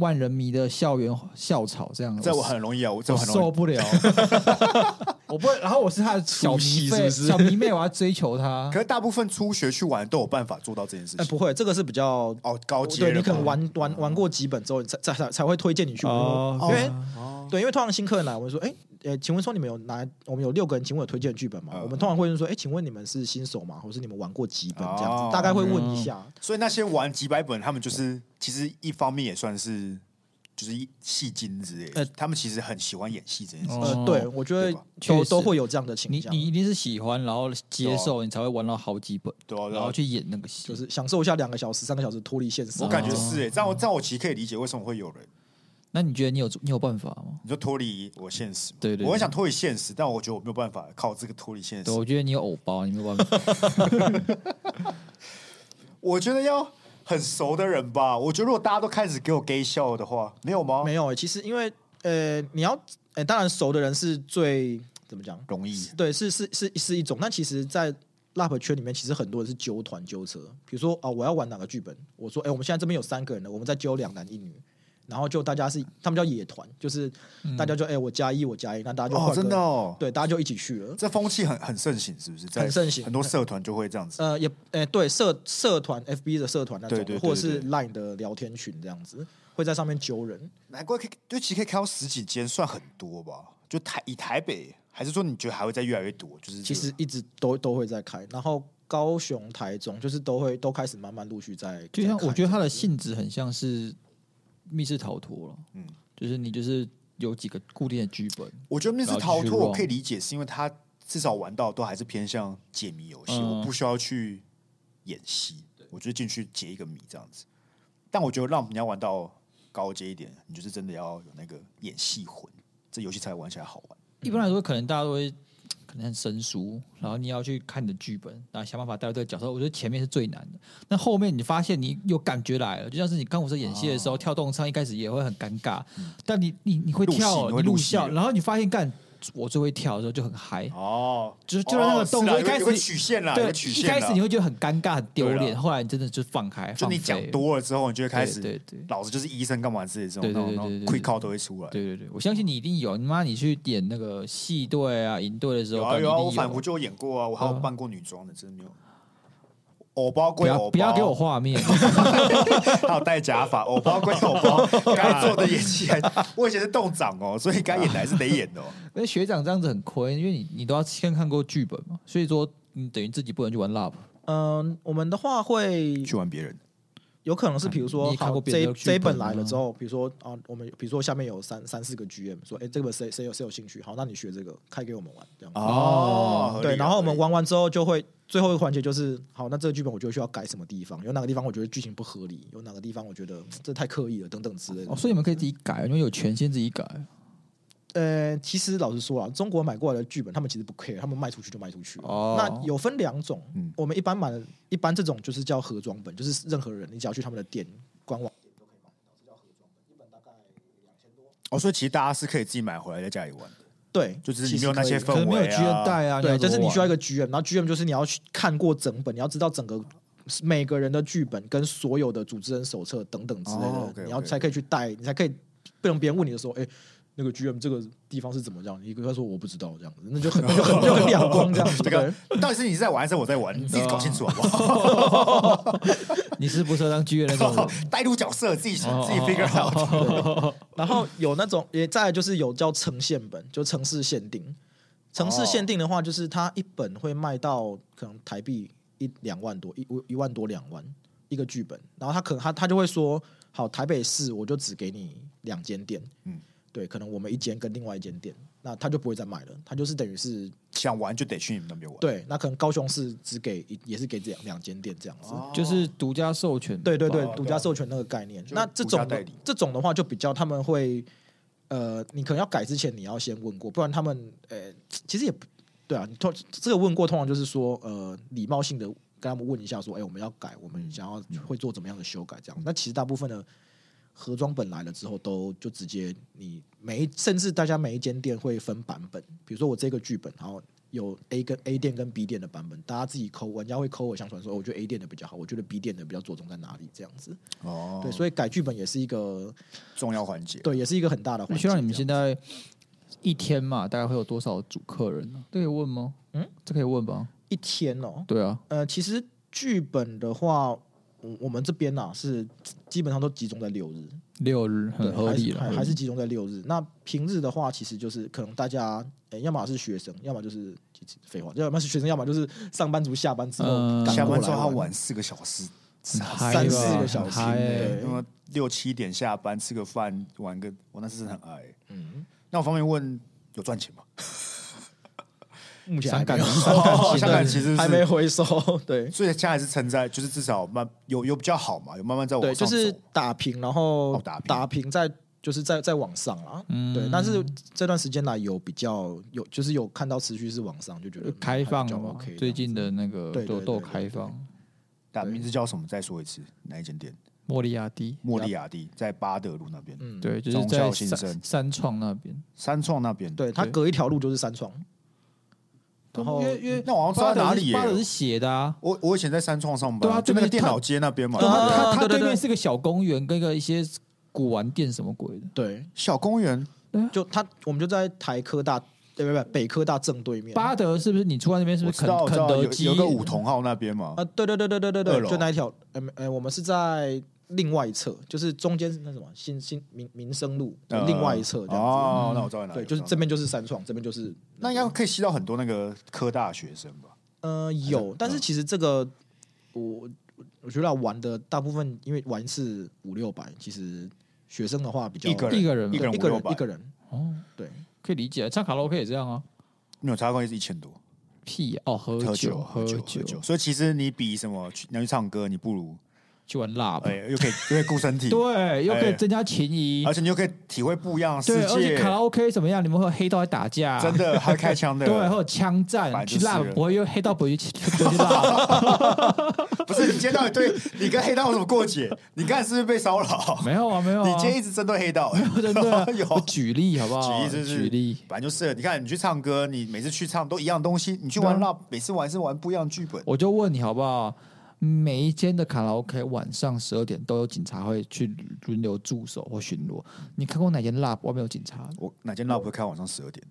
Speaker 1: 万人迷的校园校草这样，
Speaker 2: 这我很容易啊，我这
Speaker 1: 我
Speaker 2: 我很容
Speaker 1: 受
Speaker 2: 易。
Speaker 1: 不了，我不会。然后我是他的小迷
Speaker 3: 出戏是
Speaker 1: 妹，
Speaker 3: 不是
Speaker 1: 小迷妹，我要追求他
Speaker 2: 可。是大部分初学去玩都有办法做到这件事
Speaker 3: *laughs* 哎、
Speaker 2: 情。
Speaker 3: 不会，这个是比较。
Speaker 2: 哦，高阶
Speaker 3: 对
Speaker 2: 了
Speaker 3: 你可能
Speaker 2: 嘛
Speaker 3: 玩玩玩过几本之后，你才才才才会推荐你去玩，
Speaker 1: 哦
Speaker 3: 因为
Speaker 2: 哦
Speaker 3: 对，因为通常新客人来，我会说，哎、呃，请问说你们有拿，我们有六个人，请问有推荐的剧本吗？
Speaker 2: 嗯
Speaker 3: 我们通常会问说，哎、请问你们是新手吗？或是你们玩过几本这样子？
Speaker 2: 哦
Speaker 3: 大概会问一下。
Speaker 2: 所以那些玩几百本，他们就是其实一方面也算是就是戏精之类的，
Speaker 3: 呃
Speaker 2: 他们其实很喜欢演戏这件事情。
Speaker 1: 哦
Speaker 3: 呃，对，我觉得
Speaker 1: 确
Speaker 3: 都
Speaker 1: 实
Speaker 3: 都会有这样的倾
Speaker 1: 你
Speaker 3: 向，
Speaker 1: 你一定是喜欢，然后接受，你才会玩到好几本，
Speaker 2: 对啊对啊
Speaker 1: 然后去演那个戏，
Speaker 3: 就是享受一下两个小时、三个小时脱离现实。啊
Speaker 2: 我感觉
Speaker 1: 哦
Speaker 2: 是哎、这样我这样我其实可以理解为什么会有人，
Speaker 1: 那你觉得你有你有办法
Speaker 2: *laughs*
Speaker 1: 吗？
Speaker 2: 你就脱离我现实嘛。
Speaker 1: 对对对
Speaker 2: 我很想脱离现实，但我觉得我没有办法靠这个脱离现实
Speaker 1: 对，。我觉得你有偶包，你没有办法。
Speaker 2: 我觉得要很熟的人吧。我觉得如果大家都开始给我 gay 笑的话，没有吗？
Speaker 3: 没有、欸，其实因为呃，你要呃，当然熟的人是最怎么讲？
Speaker 2: 容易
Speaker 3: 对，是是是是一种。但其实，在 rap 圈里面，其实很多人是纠团纠车。比如说啊、我要玩哪个剧本？我说，哎、我们现在这边有三个人了，我们再揪两男一女。然后就大家是他们叫野团，就是
Speaker 1: 嗯
Speaker 3: 大家就哎、我加一我加一，那大家就换
Speaker 2: 哦，
Speaker 3: 个
Speaker 2: 真的哦。
Speaker 3: 对，大家就一起去了。
Speaker 2: 这风气很很盛行，是不是？在
Speaker 3: 很盛行
Speaker 2: 很多社团就会这样子。
Speaker 3: 呃，也，诶、对，社社团 FB 的社团那种，
Speaker 2: 对对对
Speaker 3: 或者是
Speaker 2: 对
Speaker 3: Line 的聊天群这样子，会在上面揪人。
Speaker 2: 难怪可以，就其实可以开到十几间，算很多吧？就台以台北，还是说你觉得还会再越来越多？就是
Speaker 3: 其实一直都都会在开，然后高雄、台中就是都会都开始慢慢陆续在。
Speaker 1: 就像
Speaker 3: 在开
Speaker 1: 我觉得它的性质很像是密室逃脱了，
Speaker 2: 嗯
Speaker 1: 嗯，就是你就是有几个固定的剧本，
Speaker 2: 我觉得密室逃
Speaker 1: 然后继
Speaker 2: 脱
Speaker 1: 续
Speaker 2: 我
Speaker 1: roll
Speaker 2: 可以理解，是因为它至少玩到都还是偏向解谜游戏，
Speaker 1: 嗯
Speaker 2: 我不需要去演戏，我就进去解一个谜这样子。但我觉得让你要玩到高阶一点，你就是真的要有那个演戏魂，这游戏才玩起来好玩。
Speaker 1: 一般来说，可能大家都会可能很生疏，然后你要去看你的剧本，然后想办法带入这个角色。我觉得前面是最难的，那后面你发现你有感觉来了，就像是你刚我说演戏的时
Speaker 2: 啊
Speaker 1: 候，跳动唱一开始也会很尴尬，但你你你会
Speaker 2: 嗯入戏
Speaker 1: 跳，
Speaker 2: 你
Speaker 1: 你
Speaker 2: 会入
Speaker 1: 入
Speaker 2: 戏
Speaker 1: 笑，
Speaker 2: 了
Speaker 1: 然后你发现干我最会跳的时候就很嗨。
Speaker 2: 哦，
Speaker 1: 就是就让那个动作一开始
Speaker 2: 会曲线啦，有
Speaker 1: 对
Speaker 2: 个曲，
Speaker 1: 一
Speaker 2: 线啦
Speaker 1: 开始你会觉得很尴尬、很丢
Speaker 2: 对
Speaker 1: 脸，
Speaker 2: 啦
Speaker 1: 后来你真的就放开，
Speaker 2: 就你
Speaker 1: 放
Speaker 2: 讲
Speaker 1: 飞
Speaker 2: 多了之后，你就会开始，
Speaker 1: 对对对
Speaker 2: 老子就是医生干嘛之类的这种，
Speaker 1: 对对
Speaker 2: 然后
Speaker 1: 对
Speaker 2: 然后
Speaker 1: 对对对
Speaker 2: quick call 都会出来。
Speaker 1: 对对对，我
Speaker 2: 哦
Speaker 1: 相信你一定有。你妈，你去演那个戏队啊、营队的时候，
Speaker 2: 有
Speaker 1: 感
Speaker 2: 啊
Speaker 1: 觉
Speaker 2: 有啊，
Speaker 1: 一定
Speaker 2: 我反
Speaker 1: 有
Speaker 2: 复就有演过啊，我还有
Speaker 1: 对啊
Speaker 2: 扮过女装的，真的没有。偶包
Speaker 1: 不
Speaker 2: 归偶
Speaker 1: 要
Speaker 2: 包，
Speaker 1: 不要给我画面，
Speaker 2: *laughs*
Speaker 1: *laughs*
Speaker 2: 还有戴假发，偶包归偶
Speaker 1: *laughs*
Speaker 2: 包，该做的演戏还。我以前是动长哦，所以该演的还是得演的、
Speaker 1: *laughs*
Speaker 2: 哦。
Speaker 1: 那学长这样子很亏，因为你你都要先看过剧本嘛，所以说你等于自己不能去玩 love。
Speaker 3: 嗯、我们的话会
Speaker 2: 玩别人，
Speaker 3: 有可能是比如
Speaker 1: 嗯你
Speaker 3: 说，
Speaker 1: 也看
Speaker 3: 好
Speaker 1: 过别
Speaker 3: 这
Speaker 1: 人的
Speaker 3: 一
Speaker 1: 剧
Speaker 3: 这一本
Speaker 1: 本
Speaker 3: 来了
Speaker 1: 吗
Speaker 3: 之后，比如说啊，我们比如说下面有三三四个 GM 说，哎、这个谁谁有谁有兴趣？好，那你学这个，开给我们玩这样。
Speaker 2: 哦合理
Speaker 3: 对，
Speaker 2: 啊
Speaker 3: 然后我们
Speaker 2: 合理
Speaker 3: 玩完之后，就会最后一个环节就是，好，那这个剧本我就需要改什么地方？有哪个地方我觉得剧情不合理？有哪个地方我觉得嗯这太刻意了？等等之类的
Speaker 1: 哦，。所以你们可以自己改，因为有权限自己改。
Speaker 3: 呃，其实老实说啊，中国买过来的剧本，他们其实不 care，他们卖出去就卖出去了。
Speaker 1: 哦
Speaker 3: 那有分两种，
Speaker 2: 嗯
Speaker 3: 我们一般买的，一般这种就是叫盒装本，就是任何人你只要去他们的店官网。
Speaker 2: 哦，所以其实大家是可以自己买回来在家里玩的，
Speaker 3: 对，
Speaker 2: 就只是你
Speaker 3: 其
Speaker 2: 没
Speaker 3: 实
Speaker 2: 有那
Speaker 3: 可以
Speaker 2: 些
Speaker 3: 的
Speaker 2: 氛围、啊、
Speaker 1: 能没有 G N 带啊，
Speaker 3: 对，
Speaker 1: 要怎
Speaker 3: 就
Speaker 1: 么
Speaker 3: 是你需要
Speaker 1: 玩
Speaker 3: 一个 GM，然后 GM 就是你要去看过整本，你要知道整个每个人的剧本跟所有的主持人手册等等之类的，
Speaker 2: 哦，OK，OK
Speaker 3: 你要才可以去带，你才可以不能别人问你的时候，哎、那个 GM 这个地方是怎么样？你跟他说我不知道这样子，那就很就很就很 *laughs* 两
Speaker 2: *laughs*
Speaker 3: 光这样子。
Speaker 2: 这
Speaker 3: 对
Speaker 2: 个到底是你在玩还是我在
Speaker 1: 嗯
Speaker 2: 玩？你自己搞清楚好不好？
Speaker 1: 你是不适合当剧院那
Speaker 2: *laughs*
Speaker 1: 种人。
Speaker 2: 带入角色，自己自己
Speaker 1: 哦
Speaker 2: figure out。
Speaker 3: *laughs* 然后有那种也再来就是有叫呈现本，就城市限定。城市限定的话，就是它一本会卖到可能台币一两万多，一一万多两万一个剧本。然后他可能他他就会说，好，台北市我就只给你两间店，
Speaker 2: 嗯
Speaker 3: 嗯，对，可能我们一间跟另外一间店，那他就不会再卖了，他就是等于是
Speaker 2: 想玩就得去你们那边玩。
Speaker 3: 对，那可能高雄市只给一也是给这两两间店这样子。
Speaker 2: 哦
Speaker 1: 就是独家授权吧，
Speaker 3: 对对对
Speaker 2: 对啊，
Speaker 3: 独家授权那个概念。
Speaker 2: 就
Speaker 3: 那这
Speaker 2: 独家
Speaker 3: 种的
Speaker 2: 代理
Speaker 3: 这种的话，就比较他们会，呃，你可能要改之前，你要先问过，不然他们，呃，其实也不对啊。你通这个问过，通常就是说，呃，礼貌性的跟他们问一下，说，哎、我们要改，我
Speaker 2: 嗯
Speaker 3: 们想要会做怎么样的修改，这样。那其实大部分的盒装本来了之后，都就直接你每一，甚至大家每一间店会分版本，比如说我这个剧本，然后。有 A 跟 A 店跟 B 店的版本，大家自己抠，玩家会抠我相传说，哦我觉得 A 店的比较好，我觉得 B 店的比较着重在哪里这样子。
Speaker 2: 哦，
Speaker 3: 对，所以改剧本也是一个
Speaker 2: 重要环节。
Speaker 3: 对，也是一个很大的
Speaker 1: 那
Speaker 3: 环
Speaker 1: 学
Speaker 3: 节。
Speaker 1: 长，你们现在一天嘛，大概会有多少组客人呢？这可以问吗？
Speaker 3: 嗯
Speaker 1: 嗯，这可以问吧？
Speaker 3: 一天哦，
Speaker 1: 对啊，
Speaker 3: 呃，其实剧本的话，我我们这边呐、是基本上都集中在六日，
Speaker 1: 六日
Speaker 3: 对
Speaker 1: 很合理了，
Speaker 3: 还
Speaker 1: 合
Speaker 3: 是
Speaker 1: 理
Speaker 3: 还是集中在六日。那平日的话，其实就是可能大家，呃要么是学生，要么就是废话，要么是学生，要么就是上班族下班之后
Speaker 1: 嗯
Speaker 3: 赶
Speaker 2: 下
Speaker 3: 过
Speaker 2: 班之
Speaker 3: 来
Speaker 2: 后他
Speaker 3: 玩
Speaker 2: 玩四个小时，啊
Speaker 1: 嗨
Speaker 3: 三
Speaker 1: 吧
Speaker 3: 四个小时，
Speaker 1: 很嗨欸
Speaker 3: 对
Speaker 2: 那，么六七点下班吃个饭玩个，我那是真的很爱。
Speaker 3: 嗯，
Speaker 2: 那我方便问有赚钱吗？
Speaker 3: 目前
Speaker 1: 伤
Speaker 3: 还没
Speaker 1: 感伤感
Speaker 3: 有，*laughs*
Speaker 1: 情
Speaker 2: 伤
Speaker 1: 的
Speaker 2: 感其实
Speaker 3: 还没
Speaker 2: 是，
Speaker 3: 回收，对
Speaker 2: 所以现在还是存在，就是至少慢有有比较好嘛，有慢慢在往
Speaker 3: 对，
Speaker 2: 上
Speaker 3: 就
Speaker 2: 走。
Speaker 3: 是打平，然后
Speaker 2: 哦打平
Speaker 3: 打平再就是再再往上啦，
Speaker 1: 嗯
Speaker 3: 对，但是这段时间来有比较有，就是有看到持续是往上，就觉得
Speaker 1: 就开放了
Speaker 3: 了
Speaker 1: 嘛
Speaker 3: OK，这样，
Speaker 1: 最近的那个
Speaker 3: 对对
Speaker 1: 都
Speaker 3: 对
Speaker 1: 都有
Speaker 3: 对
Speaker 1: 开
Speaker 3: 对
Speaker 1: 放。
Speaker 2: 打名字叫什么？再说一次，哪一间店？
Speaker 1: 莫里亚蒂，
Speaker 2: 莫利亚蒂在巴德路那边，
Speaker 3: 嗯，
Speaker 1: 对，就是
Speaker 2: 忠
Speaker 1: 在
Speaker 2: 孝新
Speaker 1: 三
Speaker 2: 生
Speaker 1: 三创那边。
Speaker 2: 三创那边。，
Speaker 3: 对，它
Speaker 1: 对
Speaker 3: 隔一条路就是三创，然后嗯
Speaker 1: 因为因为
Speaker 2: 那我好像知道哦哪里耶
Speaker 1: 巴德是斜的啊，
Speaker 2: 我我以前在三创上班，
Speaker 1: 对啊
Speaker 2: 就那个
Speaker 1: 对
Speaker 2: 电脑街那边嘛。
Speaker 1: 对啊，
Speaker 3: 啊
Speaker 2: 哦
Speaker 1: 它它
Speaker 3: 对对
Speaker 1: 对
Speaker 3: 对
Speaker 1: 面是个小公园跟一个一些古玩店什么鬼的。
Speaker 3: 对，
Speaker 2: 小公园，
Speaker 3: 就它我们就在台科大，对不对？北科大正对面，
Speaker 1: 巴德是不是你出来那边是
Speaker 2: 我
Speaker 1: 不
Speaker 2: 知
Speaker 1: 是肯
Speaker 2: 道，我知
Speaker 1: 肯
Speaker 2: 道
Speaker 1: 德
Speaker 2: 有
Speaker 1: 基？
Speaker 2: 有个五同号那边嘛。
Speaker 3: 啊，对对对对对对
Speaker 2: 二
Speaker 3: 对，
Speaker 2: 楼
Speaker 3: 就那一条，呃呃，我们是在另外一侧，就是中间是那什么新新民民生路就
Speaker 2: 呃
Speaker 3: 另外一侧这样子。
Speaker 2: 哦，
Speaker 1: 嗯
Speaker 2: 那我知道在哪里。
Speaker 3: 对，就是
Speaker 2: 我
Speaker 3: 这
Speaker 2: 知道在哪里
Speaker 3: 边就是三创，这边就是
Speaker 2: 那应该可以吸到很多那个科大学生吧？
Speaker 3: 呃有，但是
Speaker 2: 嗯
Speaker 3: 其实这个我我觉得玩的大部分，因为玩一次五六百，其实学生的话比较
Speaker 2: 一个人，
Speaker 1: 一个人
Speaker 2: 一个人
Speaker 3: 一
Speaker 2: 五
Speaker 3: 个
Speaker 2: 六
Speaker 3: 人
Speaker 2: 百
Speaker 3: 一，个人，
Speaker 1: 哦，
Speaker 3: 对，
Speaker 1: 可以理解，唱卡拉 OK 也这样啊。
Speaker 2: 没有查过也是一千多。
Speaker 1: 屁哦，喝
Speaker 2: 喝
Speaker 1: 酒
Speaker 2: 喝
Speaker 1: 酒
Speaker 2: 喝酒，所以其实你比什么去，你要去唱歌，你不如
Speaker 1: 去玩辣吧
Speaker 2: 哎，，又可以 *laughs* 又可以顾身体，
Speaker 1: 对，又可以
Speaker 2: 哎
Speaker 1: 增加情谊
Speaker 2: 而，且你又可以体会不一样的世
Speaker 1: 对，而且
Speaker 2: 界
Speaker 1: 卡，拉 OK 怎么样？你们会有黑道在打架，啊
Speaker 2: 真的还开枪
Speaker 1: *laughs*
Speaker 2: 的，
Speaker 1: 对，会有枪
Speaker 2: 本来
Speaker 1: 战，
Speaker 2: 就
Speaker 1: 去
Speaker 2: 是
Speaker 1: 辣
Speaker 2: 了
Speaker 1: 不会，因为黑道不会去去不会去辣，
Speaker 2: *laughs* 不是你今天到底对你跟黑道有什么过节？你刚才是不是被骚扰？
Speaker 1: 没有啊，没有啊，
Speaker 2: 你今天一直针对黑道，哎
Speaker 1: 真的啊
Speaker 2: 有
Speaker 1: 我举例好不好？
Speaker 2: 举例就是
Speaker 1: 举例。
Speaker 2: 本来就是了。你看你去唱歌，你每次去唱都一样东西，你去玩
Speaker 1: 对啊
Speaker 2: rap 每次玩是玩不一样的剧本。
Speaker 1: 我就问你好不好？每一间的卡拉 OK 晚上十二点都有警察会去轮流驻守或巡逻。你看过哪间 lab 外面有警察？
Speaker 2: 我哪间 rap 会开晚上十二点？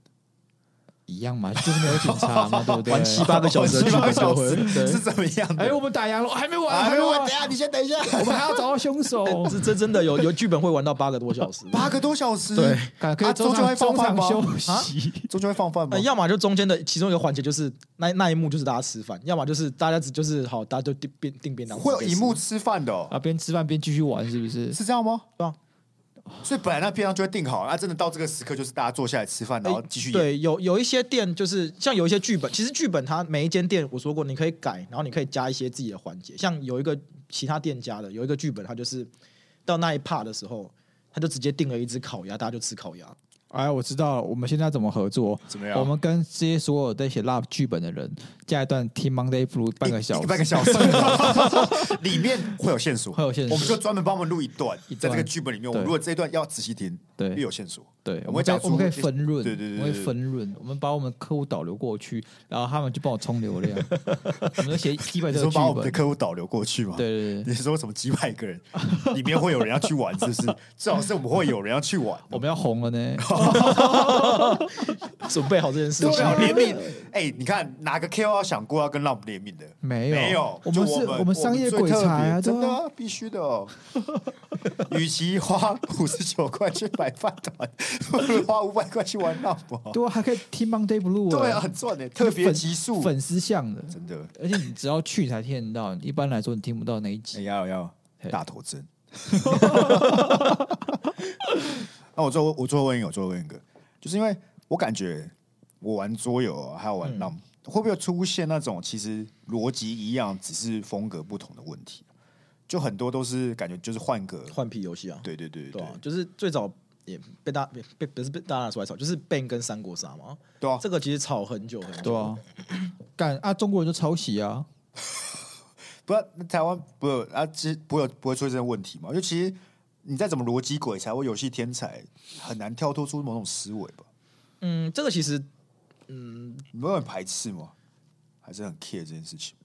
Speaker 1: 一样嘛，就是没有警察嘛，对不对？
Speaker 3: 玩七八个小时，
Speaker 2: 哦七八个小时
Speaker 3: 对
Speaker 2: 是怎么样的？
Speaker 1: 哎，我哎们打烊了，还没完，
Speaker 2: 啊，没
Speaker 1: 没
Speaker 2: 有，我
Speaker 1: 完
Speaker 2: 等一，下你先等一下，
Speaker 1: 我们还要找到凶手。
Speaker 3: 是真真的有有剧本会玩到八个多小时，
Speaker 2: 哦八个多小时，
Speaker 3: 对，
Speaker 1: 看可
Speaker 2: 啊
Speaker 1: 以中
Speaker 2: 中间
Speaker 1: 场
Speaker 2: 会放
Speaker 1: 中
Speaker 2: 饭
Speaker 1: 场
Speaker 2: 吗啊
Speaker 1: 休息，哎
Speaker 2: 中间会放饭吗
Speaker 3: 呃，？要么就中间的其中一个环节就是那那一幕就是大家吃饭，要么就是大家只就是好，大家就订便订便当，
Speaker 2: 会有
Speaker 3: 直接
Speaker 2: 一
Speaker 3: 吃
Speaker 2: 幕吃饭的哦，
Speaker 1: 啊，边吃饭边继续玩，是不是？
Speaker 2: 是这样吗？
Speaker 3: 对啊
Speaker 2: 所以本来那片上就会定好，啊，真的到这个时刻就是大家坐下来吃
Speaker 1: 哎
Speaker 2: 饭，然后继续演。
Speaker 3: 对，有有一些店就是像有一些剧本，其实剧本它每一间店我说过，你可以改，然后你可以加一些自己的环节。像有一个其他店家的有一个剧本，它就是到那一 part 的时候，他就直接订了一只烤鸭，大家就吃烤鸭。
Speaker 1: 哎，我知道了，我们现在怎么合作？
Speaker 2: 怎么样
Speaker 1: 我们跟这些所有在写 lab 剧本的人，加一段听 Monday Blue 半个小
Speaker 2: 一
Speaker 1: 时，
Speaker 2: 半个小时， *laughs* 里面会有线索，
Speaker 1: 会有线索
Speaker 2: 我们就专门帮我们录一段
Speaker 1: 一，
Speaker 2: 在
Speaker 1: 段
Speaker 2: 这个剧本里面，我们
Speaker 1: 对
Speaker 2: 如果这一段要仔细听，
Speaker 1: 对
Speaker 2: 又有线索，
Speaker 1: 对，
Speaker 2: 我
Speaker 1: 我
Speaker 2: 们
Speaker 1: 们
Speaker 2: 讲
Speaker 1: 可以我们可以
Speaker 2: 出
Speaker 1: 分润，
Speaker 2: 对对对
Speaker 1: 我们可
Speaker 2: 对
Speaker 1: 以分润，我们把我们客户导流过去，然后他们就帮我冲流
Speaker 2: *laughs*
Speaker 1: 量，我们就写几百
Speaker 2: 你
Speaker 1: 这个
Speaker 2: 说
Speaker 1: 剧
Speaker 2: 把我们的
Speaker 1: 本，
Speaker 2: 客户导流过去嘛？
Speaker 1: 对对对
Speaker 2: 你
Speaker 1: 对，
Speaker 2: 是说什么几百
Speaker 1: *laughs*
Speaker 2: 个人，里面会有人要去玩，是不是？ *laughs* 至少是我们会有人要去玩，
Speaker 1: 我们要红了
Speaker 2: *laughs*
Speaker 1: 呢，
Speaker 3: 准备好这件事
Speaker 2: 对
Speaker 3: 情，
Speaker 2: 啊，联
Speaker 1: *laughs*
Speaker 2: 名。哎、你看哪个 KOL 想过要跟 Love 联名的？
Speaker 1: 没有
Speaker 2: 有，没
Speaker 1: 我
Speaker 2: 就
Speaker 1: 们是
Speaker 2: 我
Speaker 1: 我们商业鬼才啊
Speaker 2: 我们最特别真的
Speaker 1: 对啊
Speaker 2: 啊、必须的、
Speaker 1: *laughs*
Speaker 2: 哦。与其花五十九块去买饭团，不如花五百块去玩 Love。
Speaker 1: 对啊，还可以听 Monday Blue，
Speaker 2: 对啊，
Speaker 1: 哎
Speaker 2: 很赚的、特
Speaker 1: 这是
Speaker 2: 别
Speaker 1: 粉
Speaker 2: 集数，
Speaker 1: 粉丝向的，
Speaker 2: 真的。
Speaker 1: 而且你只要去才听得到，一般来说你听不到那一
Speaker 2: 哎、
Speaker 1: 集，
Speaker 2: 要要大头针。那我最后我最后问一个，我最后问一个，就是因为我感觉我玩桌游啊还有
Speaker 3: 嗯
Speaker 2: 玩 LAM，、会不会出现那种其实逻辑一样，只是风格不同的问题？就很多都是感觉就是换个，
Speaker 3: *laughs* 换皮游戏啊，
Speaker 2: 对对对对对
Speaker 3: 对啊，就是最早也被大被被不是被大家拿出来吵，就是 Ben 跟三国杀嘛，
Speaker 2: 对啊
Speaker 3: 这个其实吵很久很久。
Speaker 1: 对啊，干啊，中国人就抄袭啊，
Speaker 2: 不要那台湾不有啊，其实不会有不会出现这个问题嘛？就其实你再怎么逻辑鬼才或游戏天才，很难跳脱出某种思维吧？
Speaker 3: 嗯，这个其实嗯
Speaker 2: 你们会很排斥吗？还是很 care 这件事情？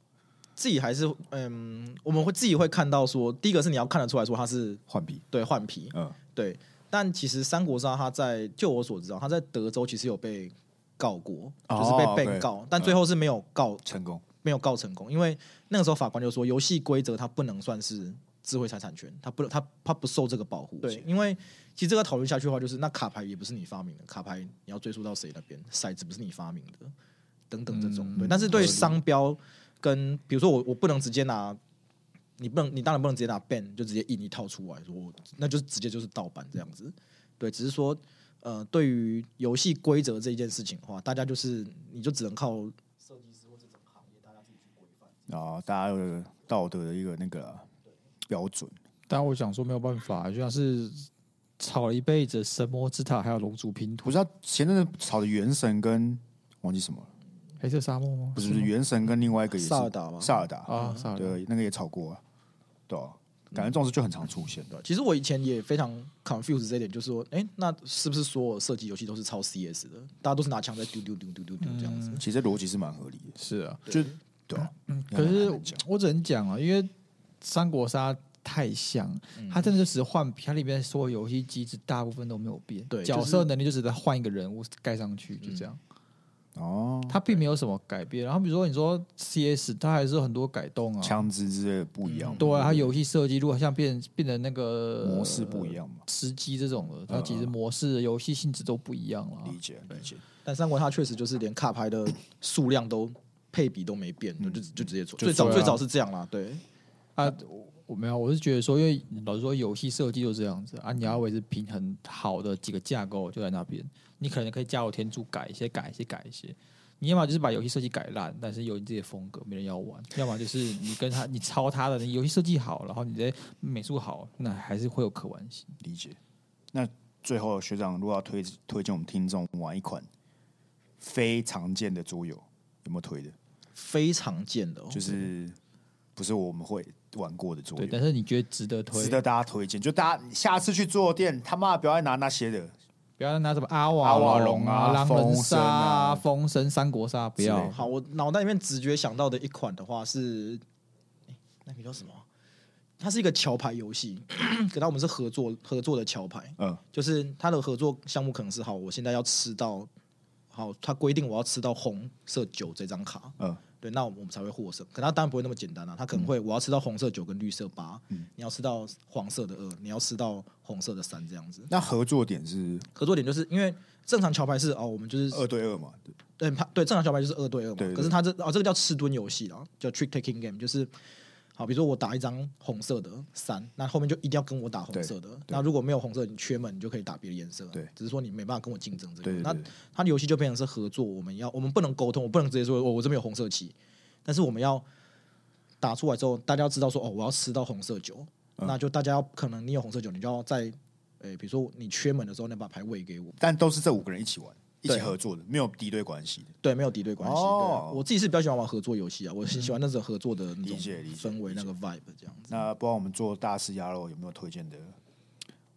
Speaker 3: 自己还是嗯，我们会自己会看到说，第一个是你要看得出来说它是
Speaker 2: 换币，
Speaker 3: 对换皮，
Speaker 2: 嗯。
Speaker 3: 对。但其实三国杀它在就我所知啊道，它在德州其实有被告过，
Speaker 2: 哦
Speaker 3: 就是被被
Speaker 2: OK
Speaker 3: 告，但最后是没有告、
Speaker 2: 成功。
Speaker 3: 没有告成功，因为那个时候法官就说，游戏规则它不能算是智慧财产权，它不它它不受这个保护。对，因为其实这个讨论下去的话，就是那卡牌也不是你发明的，卡牌你要追溯到谁那边，骰子不是你发明的，等等这种。对，但是对商标跟比如说我我不能直接拿你不能，你当然不能直接拿 ban 就直接印一套出来，说那就是直接就是盗版这样子。对，只是说，呃，对于游戏规则这一件事情的话，大家就是你就只能靠
Speaker 2: 然后大家有道德的一个那个啦标准，
Speaker 1: 但我想说没有办法，就像是吵了一辈子《神魔之塔》还有《龙族拼图
Speaker 2: 不》，是他前阵子炒的《原神》跟忘记什么了，
Speaker 1: 黑色沙漠吗？
Speaker 2: 不是不是《原神》跟另外一个也是
Speaker 3: 萨尔达吗
Speaker 2: 萨尔达
Speaker 1: 啊，算了，
Speaker 2: 对，那个也炒过啊，对啊感觉这种事就很常出现啊的。
Speaker 3: 对，啊其实我以前也非常 confused 这一点，就是说，哎、那是不是所有射击游戏都是抄 CS 的？大家都是拿枪在丢丢丢丢丢丢这样子。
Speaker 2: 其实逻辑是蛮合理的，
Speaker 1: 是啊。
Speaker 2: 就对啊
Speaker 1: 嗯可是
Speaker 2: 很难讲
Speaker 1: 我只能讲啊，因为《三国杀》太像，
Speaker 2: 嗯
Speaker 1: 它真的就只是换皮，它里面所有游戏机制大部分都没有变，
Speaker 3: 对
Speaker 1: 角
Speaker 3: 就
Speaker 1: 色能力就只是换一个人物盖上去，就这样，
Speaker 2: 嗯哦，
Speaker 1: 它并没有什么改变。然后比如说你说 CS，它还是有很多改动啊，
Speaker 2: 枪支之类的不一样嘛，
Speaker 1: 对啊，它游戏设计如果像变变成那个
Speaker 2: 模式不一样嘛，
Speaker 1: 吃鸡这种的，它其实模式、游戏性质都不一样了。
Speaker 2: 嗯理解理解，
Speaker 3: 但三国它确实就是连卡牌的数量都配比都没变，就就直接做。
Speaker 2: 就
Speaker 3: 最早
Speaker 1: 对啊
Speaker 3: 最早是这样啦，对，
Speaker 1: 啊，我我没有，我是觉得说，因为老实说，游戏设计就是这样子啊，你要维持平衡好的几个架构就在那边，你可能可以加油添醋改一些，改一些，改一些。你要么就是把游戏设计改烂，但是有你自己的风格，没人要玩； *laughs* 要么就是你跟他，你抄他的，你游戏设计好，然后你的美术好，那还是会有可玩性。
Speaker 2: 理解。那最后学长如果要推推荐我们听众玩一款非常见的桌游，有没有推的？
Speaker 3: 非常见的、哦，
Speaker 2: 就是不是我们会玩过的桌
Speaker 1: 对，
Speaker 2: 游，
Speaker 1: 但是你觉得值得推，
Speaker 2: 值得大家推荐。就大家下次去桌游店，他妈不要再拿那些的，
Speaker 1: 不要拿什么阿瓦
Speaker 2: 阿瓦
Speaker 1: 隆
Speaker 2: 隆啊
Speaker 1: 狼
Speaker 2: 风
Speaker 1: 人
Speaker 2: 神
Speaker 1: 杀
Speaker 2: 啊
Speaker 1: 风神、三国杀，不
Speaker 2: 之类
Speaker 1: 要。
Speaker 3: 好，我脑袋里面直觉想到的一款的话是，诶那个叫什么啊？它是一个桥牌游戏， *coughs* 可它我们是合作合作的桥牌，
Speaker 2: 嗯，
Speaker 3: 就是它的合作项目可能是好，我现在要吃到好，它规定我要吃到红色九这张卡，
Speaker 2: 嗯，
Speaker 3: 对，那我们才会获胜。可它当然不会那么简单啊，它可能会我要吃到红色九跟绿色八、你要吃到黄色的二，你要吃到红色的三这样子。
Speaker 2: 那合作点是
Speaker 3: 合作点就是因为正常桥牌是哦，我们就是
Speaker 2: 二对二嘛？
Speaker 3: 对，它对正常小白就是二对二嘛。
Speaker 2: 对对
Speaker 3: 可是它这哦，这个叫吃蹲游戏啦，叫 trick taking game，就是好，比如说我打一张红色的三，那后面就一定要跟我打红色的。那如果没有红色，你缺门，你就可以打别的颜色。
Speaker 2: 对
Speaker 3: 只是说你没办法跟我竞争这个。
Speaker 2: 对对对
Speaker 3: 那它的游戏就变成是合作，我们要我们不能沟通，我不能直接说我我这边有红色棋，但是我们要打出来之后，大家要知道说哦，我要吃到红色九，
Speaker 2: 嗯
Speaker 3: 那就大家要可能你有红色九，你就要在。诶，比如说你缺门的时候，你把牌喂给我，
Speaker 2: 但都是这五个人一起玩，一起
Speaker 1: 啊
Speaker 3: 对
Speaker 2: 合作的，没有敌对关系的。
Speaker 3: 对，没有敌对关系。
Speaker 2: 哦嗯
Speaker 3: 对我自己是比较喜欢玩合作游戏啊，我是喜欢那种合作的那
Speaker 2: 理
Speaker 3: 种
Speaker 2: 解理解
Speaker 3: 氛围、那个 vibe 这样子。
Speaker 2: 那不知道我们做大师鸭肉有没有推荐的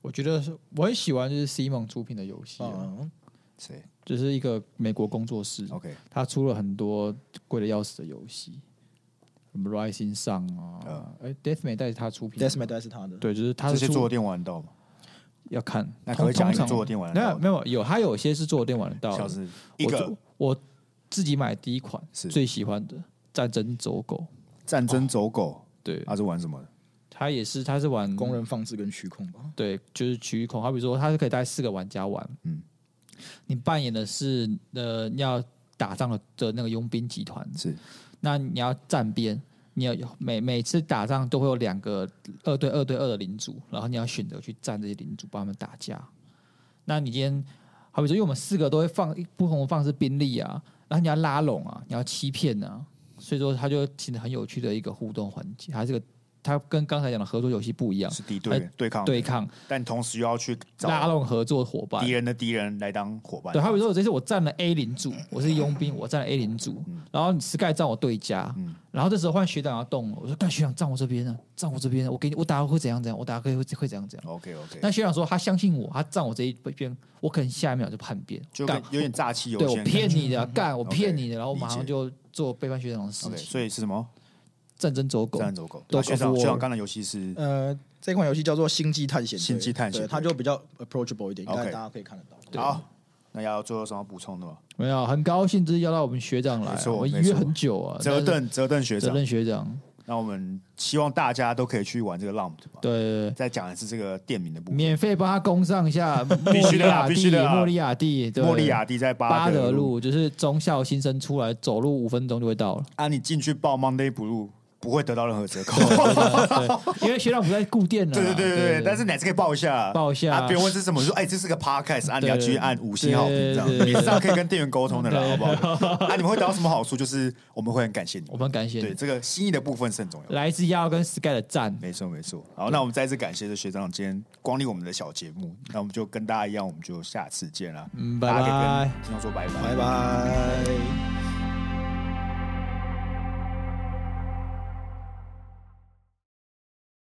Speaker 1: 我觉得是我很喜欢就是 Simon 出品的游戏、啊，
Speaker 2: 哦
Speaker 3: 嗯，
Speaker 2: 谁
Speaker 1: 就是一个美国工作室，
Speaker 2: ？OK，
Speaker 1: 他出了很多贵的要死的游戏，什么 Rising Sun 啊，哎、d e a t h m a y 带他出品
Speaker 3: d e s m a t 是他的，
Speaker 1: 对，就是他
Speaker 2: 哦这
Speaker 1: 是
Speaker 2: 些
Speaker 1: 出
Speaker 2: 桌游店玩得到吗？
Speaker 1: 要看，
Speaker 2: 那可
Speaker 1: 通
Speaker 2: 不可以讲一
Speaker 1: 通常
Speaker 2: 个坐电玩得
Speaker 1: 没
Speaker 2: 到
Speaker 1: 有
Speaker 2: 的
Speaker 1: 没有有，他有些是坐电玩得到
Speaker 2: 像
Speaker 1: 的，
Speaker 2: 是一个
Speaker 1: 我我自己买第一款
Speaker 2: 是
Speaker 1: 最喜欢的战争走狗，
Speaker 2: 战争走狗，
Speaker 1: 哦对，
Speaker 2: 他是玩什么的？
Speaker 1: 他也是他是
Speaker 2: 嗯
Speaker 1: 玩
Speaker 3: 工人放置跟虚空吧。
Speaker 1: 对，就是区域控。好比说，它是可以带四个玩家玩。
Speaker 2: 嗯
Speaker 1: 嗯，你扮演的是呃要打仗的的那个佣兵集团，
Speaker 2: 是
Speaker 1: 那你要站边，你要有每每次打仗都会有两个二对二对二的领主，然后你要选择去站这些领主，帮他们打架。那你今天好比说，因为我们四个都会放不同的放置兵力啊，然后你要拉拢啊，你要欺骗啊，所以说它就形成很有趣的一个互动环节，它这个。它跟刚才讲的合作游戏不一样，
Speaker 2: 是敌对
Speaker 1: 哎
Speaker 2: 对抗
Speaker 1: 对，抗
Speaker 2: 但同时又要去
Speaker 1: 拉
Speaker 2: 找
Speaker 1: 拢合作伙伴
Speaker 2: 敌。人的敌人来当伙伴。
Speaker 1: 对，好比说，我这次我占了 A 领主，我是佣兵，我占了 A 领主，
Speaker 2: 嗯
Speaker 1: 然后你 Sky 站我对家，然后这时候换学长要动了，我说干学长站我这边啊，站我这边啊，我给你我打会怎样怎样，我打会会会怎样怎样。
Speaker 2: OK OK，
Speaker 1: 那学长说他相信我，他站我这一边，我可能下一秒就叛变，
Speaker 2: 就跟
Speaker 1: 干
Speaker 2: 有点诈欺
Speaker 1: 对
Speaker 2: 游
Speaker 1: 我
Speaker 2: 戏。
Speaker 1: 骗你
Speaker 2: *laughs*
Speaker 1: 的，干我骗你的，然后
Speaker 2: 理
Speaker 1: 马上
Speaker 2: 解
Speaker 1: 就做背叛学长的事
Speaker 2: OK，
Speaker 1: 情，
Speaker 2: 所以是什么？
Speaker 1: 战争走狗嗯
Speaker 2: 战。争走狗。啊
Speaker 1: Dog
Speaker 2: 那学长，
Speaker 1: of War
Speaker 2: 学长刚才游戏是
Speaker 3: 呃，这款游戏叫做《星际探险队》，
Speaker 2: 星际探险
Speaker 3: 对
Speaker 2: 队
Speaker 3: 它就比较 approachable 一点，应
Speaker 2: OK
Speaker 3: 该大家可以看得到。
Speaker 2: 好。那要最后有什么补充的吗？
Speaker 1: 没有，啊很高兴这是邀到我们学长来
Speaker 2: 没
Speaker 1: 啊，
Speaker 2: 错
Speaker 1: 我
Speaker 2: 没
Speaker 1: 约
Speaker 2: 错
Speaker 1: 很久啊，
Speaker 2: 折
Speaker 1: 但是
Speaker 2: 凳折凳学
Speaker 1: 责
Speaker 2: 长，
Speaker 1: 任学长，
Speaker 2: 那我们希望大家都可以去玩这个 Lump 吧。
Speaker 1: 对对对。
Speaker 2: 再讲一次这个店名的部分，
Speaker 1: 免费帮他攻上一下莫里
Speaker 2: 须的
Speaker 1: 亚
Speaker 2: 啦 *laughs* 必须
Speaker 1: 蒂，
Speaker 2: 的啦
Speaker 1: 莫里亚蒂，对
Speaker 2: 莫利亚蒂在
Speaker 1: 巴
Speaker 2: 德
Speaker 1: 德，路，就是中校新生出来走路五分钟就会到了。
Speaker 2: 啊，你进去报 Monday Blue 不会得到任何折扣。
Speaker 1: 对，因为学长不在固定了啦。
Speaker 2: 对对对对对，但是奶子可以报一下，
Speaker 1: 报一下
Speaker 2: 啊！别人问这是什么，说哎，这是个 podcast，啊，你
Speaker 1: 对
Speaker 2: 要去按五星好评这样，
Speaker 1: 对对
Speaker 2: 你
Speaker 1: 对
Speaker 2: 这样可以跟店员沟通的啦，好
Speaker 1: *laughs*
Speaker 2: 不好？啊，你们会得到什么好处？就是我们会很感谢你
Speaker 1: 我，们感谢
Speaker 2: 对
Speaker 1: 你
Speaker 2: 这个心意的部分是很重要的。
Speaker 1: 来自亚跟 Sky 的赞，
Speaker 2: 没错没错，好，那我们再次感谢这学长今天光临我们的小节目，那我们就跟大家一样，我们就下次见啦，
Speaker 1: 嗯
Speaker 2: 大家可以
Speaker 1: 拜拜
Speaker 2: 跟听众说拜拜，
Speaker 3: 拜。拜。